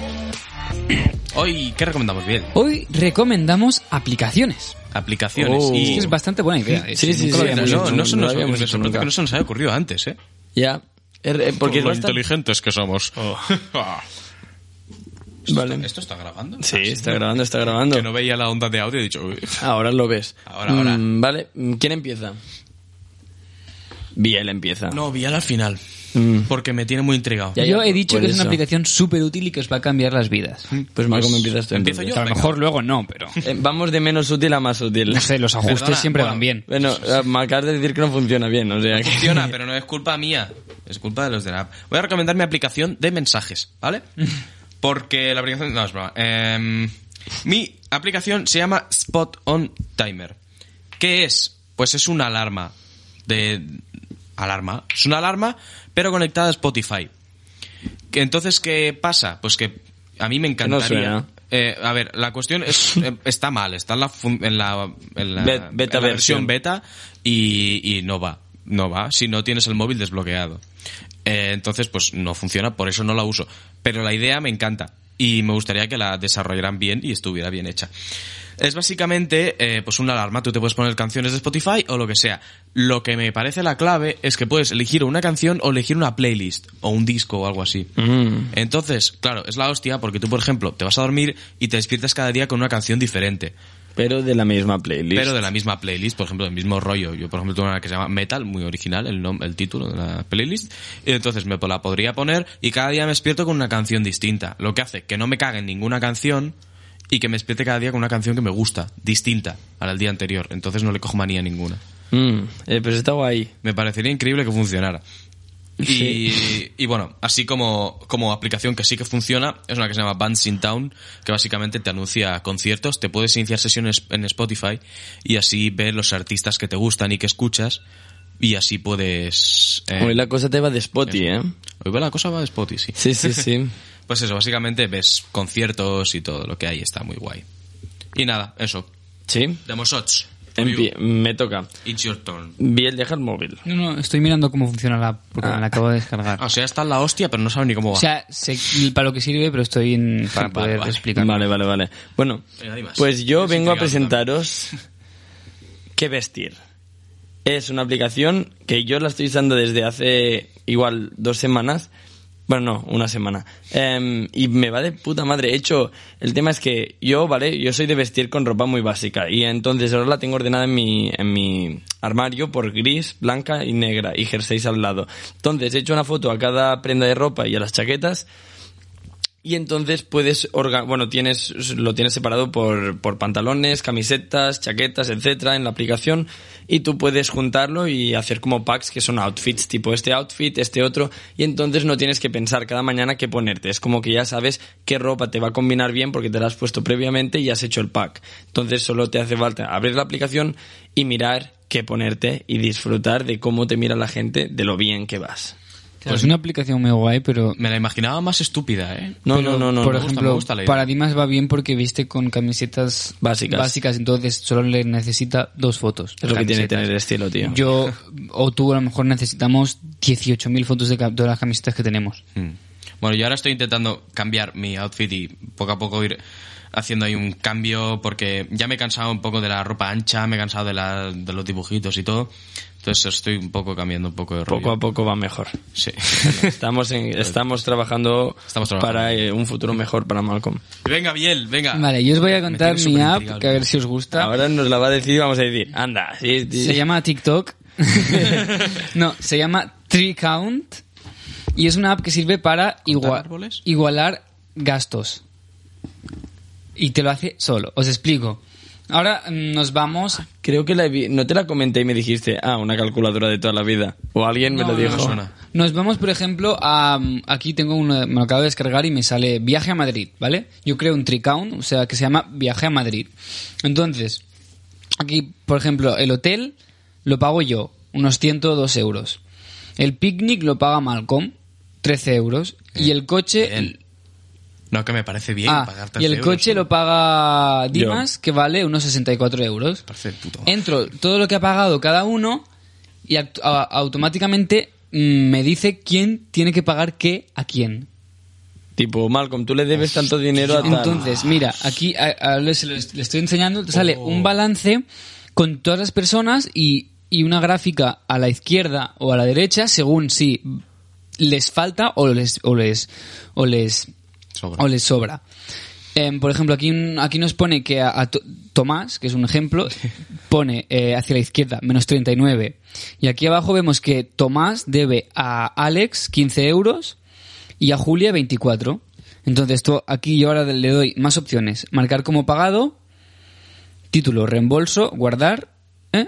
Speaker 1: Hoy, ¿qué recomendamos bien?
Speaker 2: Hoy recomendamos aplicaciones.
Speaker 1: Aplicaciones.
Speaker 3: Oh.
Speaker 1: y...
Speaker 2: Es que es bastante buena idea.
Speaker 3: Sí,
Speaker 2: eh,
Speaker 3: sí,
Speaker 2: nunca lo
Speaker 3: sí,
Speaker 1: no,
Speaker 2: habíamos
Speaker 3: sí,
Speaker 2: hecho.
Speaker 1: no, se
Speaker 3: no lo
Speaker 1: nos,
Speaker 3: habíamos
Speaker 1: me
Speaker 3: hecho
Speaker 1: sorprende
Speaker 3: nunca.
Speaker 1: que no se nos haya ocurrido antes, ¿eh?
Speaker 3: Ya. Er- eh, Porque es
Speaker 1: lo
Speaker 3: bastante-
Speaker 1: inteligentes que somos. Oh. (laughs) ¿Esto,
Speaker 3: Vale.
Speaker 1: está, esto está grabando?
Speaker 3: Sí,
Speaker 1: Ah,
Speaker 3: está grabando, está grabando.
Speaker 1: Que no veía la onda de audio y he dicho... "Uy".
Speaker 3: Ahora lo ves.
Speaker 1: Ahora, ahora.
Speaker 3: Mm, vale, Mm, ¿quién empieza? Biel empieza.
Speaker 1: No, vi al final.
Speaker 3: Mm.
Speaker 1: Porque me tiene muy intrigado.
Speaker 3: Ya,
Speaker 2: Yo
Speaker 3: ya,
Speaker 2: he dicho
Speaker 3: por
Speaker 2: que es una
Speaker 3: eso.
Speaker 2: aplicación súper útil y que os va a cambiar las vidas.
Speaker 3: Pues Marco, me empiezas tú.
Speaker 1: empiezo
Speaker 3: entonces.
Speaker 1: yo.
Speaker 2: a lo
Speaker 1: venga.
Speaker 2: mejor luego no,
Speaker 3: (laughs)
Speaker 2: pero...
Speaker 3: Eh, vamos de menos útil a más útil.
Speaker 2: No sé, los ajustes
Speaker 1: Perdona,
Speaker 2: siempre
Speaker 1: bueno,
Speaker 2: van bien.
Speaker 3: Bueno, eh, me acabas de decir que no funciona bien, o sea que... (laughs)
Speaker 1: Funciona, pero no es culpa mía. Es culpa de los de la app. Voy a recomendar mi aplicación de mensajes,
Speaker 3: (laughs)
Speaker 1: ¿vale? Porque la aplicación... No, es broma. Em, mi aplicación se llama Spot On Timer. ¿Qué es? Pues es una alarma. De... Alarma. Es una alarma, pero conectada a Spotify. Que Entonces, ¿qué pasa? Pues que a mí me encantaría...
Speaker 3: suena.
Speaker 1: Eh, a ver, la cuestión
Speaker 3: (laughs)
Speaker 1: es, eh, está mal, está en la, fun- en la, en la-
Speaker 3: Bet- beta
Speaker 1: en la versión
Speaker 3: versión.
Speaker 1: beta y, y no va, no va, si no tienes el móvil desbloqueado. Eh, entonces, pues no funciona, por eso no la uso. Pero la idea me encanta y me gustaría que la desarrollaran bien y estuviera bien hecha. Es básicamente eh, pues una alarma, tú te puedes poner canciones de Spotify o lo que sea. Lo que me parece la clave es que puedes elegir una canción o elegir una playlist o un disco o algo así. Entonces, claro, es la hostia porque tú, por ejemplo, te vas a dormir y te despiertas cada día con una canción diferente,
Speaker 3: Pero de la misma playlist.
Speaker 1: pero de la misma playlist, por ejemplo, del mismo rollo. Yo, por ejemplo, tengo una que se llama Metal, muy original el, nom- el título de la playlist, y entonces me la podría poner y cada día me despierto con una canción distinta, lo que hace que no me cague en ninguna canción y que me despierte cada día con una canción que me gusta, distinta a la del día anterior. Entonces no le cojo manía a ninguna.
Speaker 3: Mm, eh, pero está guay.
Speaker 1: Me parecería increíble que funcionara. Y,
Speaker 3: Sí.
Speaker 1: y bueno, así como, como aplicación que sí que funciona, es una que se llama Bands in Town, que básicamente te anuncia conciertos, te puedes iniciar sesiones en Spotify y así ver los artistas que te gustan y que escuchas y así puedes... eh,
Speaker 3: Hoy la cosa te va de spotty, ¿eh?
Speaker 1: hoy va la cosa va de Spotify, sí.
Speaker 3: Sí, sí, sí.
Speaker 1: Pues eso, básicamente ves conciertos y todo lo que hay, está muy guay. Y nada, eso.
Speaker 3: sí.
Speaker 1: Demosots.
Speaker 3: Empie- me toca.
Speaker 1: It's your turn.
Speaker 3: Biel, deja el móvil.
Speaker 2: No, no, estoy mirando cómo funciona la app porque
Speaker 3: Ah.
Speaker 2: me la acabo de descargar.
Speaker 1: O sea, está en la hostia, pero no sabe ni cómo va.
Speaker 2: O sea, sé para lo que sirve, pero estoy en, para
Speaker 1: Vale,
Speaker 2: poder
Speaker 1: vale.
Speaker 2: explicar.
Speaker 3: Vale, vale, vale. Bueno,
Speaker 1: Venga, Dimas.
Speaker 3: pues yo
Speaker 1: Eres
Speaker 3: vengo a
Speaker 1: intrigado
Speaker 3: presentaros qué vestir. Es una aplicación que yo la estoy usando desde hace igual dos semanas Bueno, no, una semana. Em, y me va de puta madre. De hecho, el tema es que yo, ¿vale? Yo soy de vestir con ropa muy básica. Y entonces ahora la tengo ordenada en mi, en mi armario por gris, blanca y negra. Y jerseys al lado. Entonces he hecho una foto a cada prenda de ropa y a las chaquetas. Y entonces puedes, orga- bueno, tienes, lo tienes separado por, por pantalones, camisetas, chaquetas, etcétera, en la aplicación. Y tú puedes juntarlo y hacer como packs que son outfits, tipo este outfit, este otro. Y entonces no tienes que pensar cada mañana qué ponerte. Es como que ya sabes qué ropa te va a combinar bien porque te la has puesto previamente y has hecho el pack. Entonces solo te hace falta abrir la aplicación y mirar qué ponerte y disfrutar de cómo te mira la gente, de lo bien que vas.
Speaker 2: es Pues una aplicación muy guay, pero...
Speaker 1: Me la imaginaba más estúpida, ¿eh?
Speaker 3: No,
Speaker 1: Pero,
Speaker 3: no, no, no,
Speaker 1: Por
Speaker 2: por
Speaker 1: ejemplo,
Speaker 2: ejemplo,
Speaker 1: me gusta la idea.
Speaker 2: Paradimas va bien porque viste con camisetas
Speaker 3: Básicas.
Speaker 2: entonces solo le necesita dos fotos. de
Speaker 3: Es lo que tiene
Speaker 2: camisetas.
Speaker 3: tener estilo, tío. (laughs)
Speaker 2: Yo o tú a lo mejor necesitamos 18.000 fotos de ca- todas las camisetas que tenemos.
Speaker 1: Mm. Bueno, yo ahora estoy intentando cambiar mi outfit y poco a poco ir haciendo ahí un cambio porque ya me he cansado un poco de la ropa ancha, me he cansado de, la- de los dibujitos y todo. Entonces estoy un poco cambiando un poco de rollo.
Speaker 3: poco a poco va mejor.
Speaker 1: Sí.
Speaker 3: Estamos, en- estamos trabajando,
Speaker 1: Estamos trabajando.
Speaker 3: para eh, un futuro mejor para Malcolm.
Speaker 1: venga, Biel,
Speaker 3: Ah,
Speaker 1: venga.
Speaker 2: Vale, yo os voy a
Speaker 1: Me
Speaker 2: contar
Speaker 1: tienes
Speaker 2: mi app,
Speaker 1: superintrigado.
Speaker 2: que a ver si os gusta.
Speaker 3: Ahora nos la va a decir y vamos a decir, anda, sí, sí.
Speaker 2: Ah. Se llama TikTok. no, se llama Tree Count y es una app que sirve para igua-
Speaker 1: árboles?
Speaker 2: igualar gastos. Y te lo hace solo. Os explico. Ahora mm, nos vamos.
Speaker 3: Creo que la vi- no te la comenté y me dijiste, ah, una calculadora de toda la vida. O alguien me
Speaker 2: No,
Speaker 3: lo
Speaker 2: no,
Speaker 3: dijo.
Speaker 2: no. Nos vamos, por ejemplo, a. mm, Aquí tengo uno, me lo acabo de descargar y me sale viaje a Madrid, ¿vale? Yo creo un tricount, o sea, que se llama viaje a Madrid. Entonces, aquí, por ejemplo, el hotel lo pago yo, unos 102 euros. El picnic lo paga Malcolm, 13 euros.
Speaker 3: Eh,
Speaker 2: Y el coche.
Speaker 1: Bien. No, que me parece bien
Speaker 2: Ah,
Speaker 1: pagar
Speaker 2: y
Speaker 1: 13
Speaker 2: el
Speaker 1: euros,
Speaker 2: coche
Speaker 1: tío.
Speaker 2: lo paga Dimas, que vale unos 64 euros.
Speaker 1: Parece puto.
Speaker 2: Entro todo lo que ha pagado cada uno y act- a- automáticamente mm, me dice quién tiene que pagar qué a quién.
Speaker 3: Tipo, Malcolm, tú le debes tanto dinero a tal.
Speaker 2: Entonces, mira, aquí a- a- le se lo est- le estoy enseñando, te sale
Speaker 1: Oh.
Speaker 2: un balance con todas las personas y, y una gráfica a la izquierda o a la derecha según si les falta o les o les o les
Speaker 1: Sobra.
Speaker 2: o les sobra. Em, por ejemplo, aquí, un- aquí nos pone que a, a To- Tomás, que es un ejemplo, pone eh, hacia la izquierda menos 39. Y aquí abajo vemos que Tomás debe a Alex 15 euros y a Julia 24. Entonces tú- aquí yo ahora le doy más opciones. Marcar como pagado, título, reembolso, guardar. ¿eh?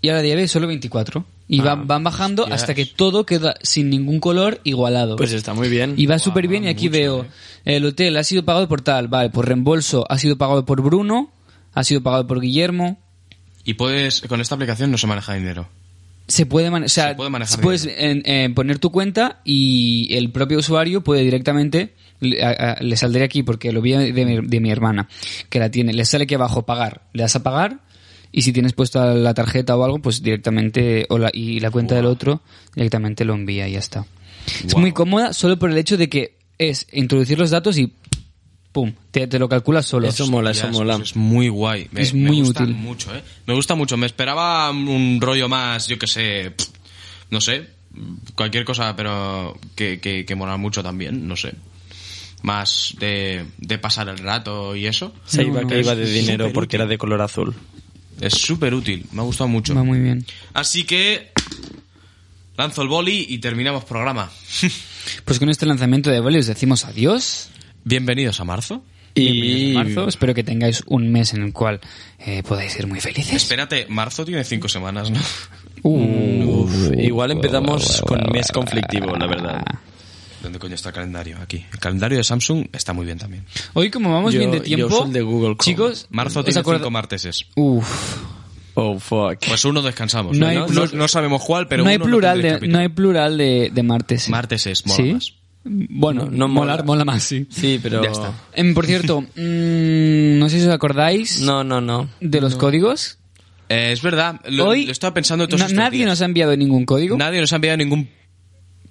Speaker 2: Y ahora debe solo 24. Y van, van bajando hasta que todo queda sin ningún color igualado.
Speaker 3: Pues está muy bien.
Speaker 2: Y va súper bien y aquí veo el hotel ha sido pagado por tal, vale, por reembolso ha sido pagado por Bruno, ha sido pagado por Guillermo.
Speaker 1: Y puedes, con esta aplicación no se maneja dinero.
Speaker 2: Se puede, mane- o sea,
Speaker 1: Se puede manejar
Speaker 2: puedes en- en poner tu cuenta y el propio usuario puede directamente, le, a- a- le saldría aquí porque lo vi de mi, de mi hermana, que la tiene, le sale aquí abajo pagar, le das a pagar y si tienes puesta la tarjeta o algo, pues directamente, o la, y la cuenta del otro, directamente lo envía y ya está. Es muy cómoda solo por el hecho de que es introducir los datos y ¡pum! Te, te lo calculas solo.
Speaker 3: Eso mola, eso
Speaker 1: Hostias,
Speaker 3: mola.
Speaker 1: pues es muy guay. Me,
Speaker 2: Es
Speaker 1: me
Speaker 2: muy
Speaker 1: gusta
Speaker 2: útil.
Speaker 1: mucho, ¿eh? Me gusta mucho. Me esperaba un rollo más, yo que sé, pff, no sé, cualquier cosa, pero que, que, que mola mucho también, no sé. Más de, de pasar el rato y eso.
Speaker 3: Se iba,
Speaker 2: No, no,
Speaker 3: que iba de
Speaker 1: es
Speaker 3: dinero
Speaker 1: súper
Speaker 3: porque era de color azul.
Speaker 1: Es súper útil, me ha gustado mucho.
Speaker 2: Va muy bien.
Speaker 1: Así que lanzo el boli y terminamos programa.
Speaker 2: Pues con este lanzamiento de Volios decimos adiós.
Speaker 1: Bienvenidos a marzo.
Speaker 3: Y
Speaker 2: Marzo, espero que tengáis un mes en el cual eh, podáis ser muy felices.
Speaker 1: Espérate, marzo tiene cinco semanas, ¿no?
Speaker 3: Uf, igual empezamos con mes conflictivo, la verdad.
Speaker 1: (laughs) ¿Dónde coño está el calendario? Aquí. El calendario de Samsung está muy bien también.
Speaker 2: Hoy como vamos
Speaker 3: Yo-
Speaker 2: bien de
Speaker 3: yo
Speaker 2: tiempo,
Speaker 3: uso el de Google Chrome.
Speaker 2: chicos,
Speaker 1: Marzo
Speaker 2: ¿os
Speaker 1: tiene
Speaker 2: acorda-
Speaker 1: cinco marteses.
Speaker 2: Uf,
Speaker 3: Oh, fuck.
Speaker 1: Pues uno descansamos.
Speaker 2: No
Speaker 1: No,
Speaker 2: hay
Speaker 1: No-
Speaker 2: plur-
Speaker 1: no- no sabemos cuál, pero
Speaker 2: no hay
Speaker 1: uno
Speaker 2: plural
Speaker 1: tiene
Speaker 2: de no hay plural de, de martes.
Speaker 1: Marteses, mola
Speaker 2: ¿Sí?
Speaker 1: más.
Speaker 2: Bueno,
Speaker 3: No- no mola.
Speaker 2: molar mola más, sí.
Speaker 3: sí, pero...
Speaker 1: Ya está.
Speaker 2: Em, por
Speaker 3: (laughs)
Speaker 2: cierto, mm, no sé si os acordáis
Speaker 3: No, no, no.
Speaker 2: de los códigos.
Speaker 1: Eh, es verdad, lo,
Speaker 2: Hoy
Speaker 1: lo estaba pensando todos
Speaker 2: na-
Speaker 1: estos
Speaker 2: nadie
Speaker 1: días.
Speaker 2: nos ha enviado ningún código.
Speaker 1: Nadie nos ha enviado ningún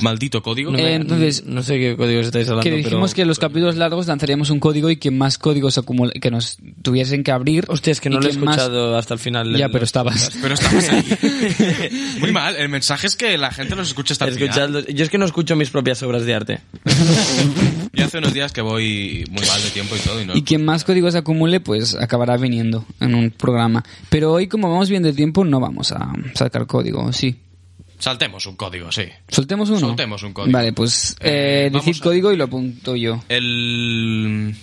Speaker 1: maldito código.
Speaker 3: No me-
Speaker 2: Eh, entonces,
Speaker 3: no sé qué códigos estáis hablando.
Speaker 2: Que dijimos
Speaker 3: pero- pues,
Speaker 2: que los capítulos largos lanzaríamos un código y que más códigos acumula- que nos tuviesen que abrir.
Speaker 3: Hostia, es que no
Speaker 2: y
Speaker 3: lo he
Speaker 2: más-
Speaker 3: escuchado hasta el final.
Speaker 2: Ya,
Speaker 3: del-
Speaker 2: pero
Speaker 3: (laughs)
Speaker 2: estabas.
Speaker 1: Pero estamos ahí.
Speaker 2: (laughs)
Speaker 1: Muy mal. El mensaje es que la gente nos escucha hasta el final.
Speaker 3: Escuchadlo. Yo es que no escucho mis propias obras de arte.
Speaker 1: Yo hace unos días que voy muy mal de tiempo y todo. Y no
Speaker 2: Y quien más códigos acumule, pues acabará viniendo en un programa. Pero hoy, como vamos bien de tiempo, no vamos a sacar código, sí.
Speaker 1: Saltemos un código, sí.
Speaker 2: ¿Soltemos uno?
Speaker 1: Soltemos un código.
Speaker 2: Vale, pues eh,
Speaker 1: Eh, vamos
Speaker 2: decid
Speaker 1: a-
Speaker 2: código y lo apunto yo.
Speaker 1: El.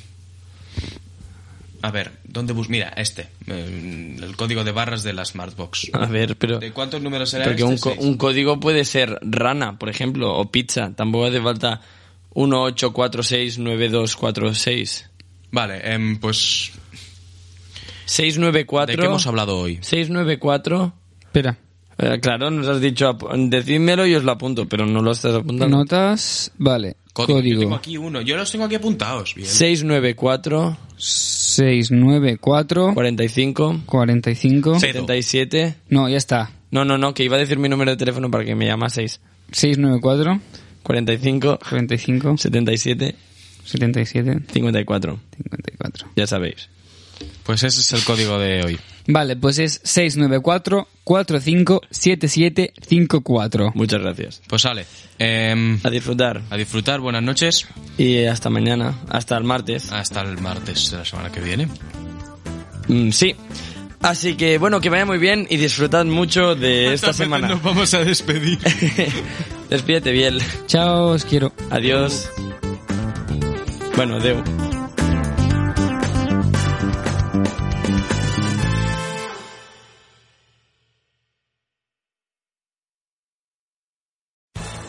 Speaker 1: A ver, ¿dónde bus? Mira, este. eh, El código de barras de la Smartbox.
Speaker 2: Ah.
Speaker 3: A ver, pero.
Speaker 1: ¿De cuántos números será?
Speaker 3: Porque
Speaker 1: este?
Speaker 3: un, co-
Speaker 1: Seis.
Speaker 3: un código puede ser rana, por ejemplo, o pizza. Tampoco hace falta 18469246.
Speaker 1: Vale, em, pues. ¿De
Speaker 3: 694.
Speaker 1: qué hemos hablado hoy?
Speaker 3: 694.
Speaker 2: Espera.
Speaker 3: Eh, claro, nos has dicho, ap- decídmelo y os lo apunto, pero no lo estás apuntando.
Speaker 2: Notas. Vale.
Speaker 1: Código. Yo tengo
Speaker 2: Código.
Speaker 1: aquí uno. Yo los tengo aquí apuntados. Bien.
Speaker 3: 694
Speaker 2: 694
Speaker 3: 45
Speaker 2: 45.
Speaker 1: Sí.
Speaker 3: 77.
Speaker 2: No, ya está.
Speaker 3: No, no, no, que iba a decir mi número de teléfono para que me llamaseis.
Speaker 2: 694
Speaker 3: 45
Speaker 2: 45
Speaker 3: 77
Speaker 2: 77
Speaker 3: 54.
Speaker 2: 54.
Speaker 3: Ya sabéis.
Speaker 1: Pues ese es el código de hoy.
Speaker 2: Vale, pues es 694-457754.
Speaker 3: Muchas gracias.
Speaker 1: Pues sale. Em,
Speaker 3: A disfrutar.
Speaker 1: a disfrutar, buenas noches.
Speaker 3: Y hasta mañana. Hasta el martes.
Speaker 1: Hasta el martes de la semana que viene.
Speaker 3: Mm, sí. Así que bueno, que vaya muy bien y disfrutad mucho de
Speaker 1: ¿Cuántas
Speaker 3: esta
Speaker 1: veces
Speaker 3: semana.
Speaker 1: Nos vamos a despedir.
Speaker 3: (laughs) Despídete bien.
Speaker 2: Chao, os quiero.
Speaker 3: Adiós. Bueno, Deu.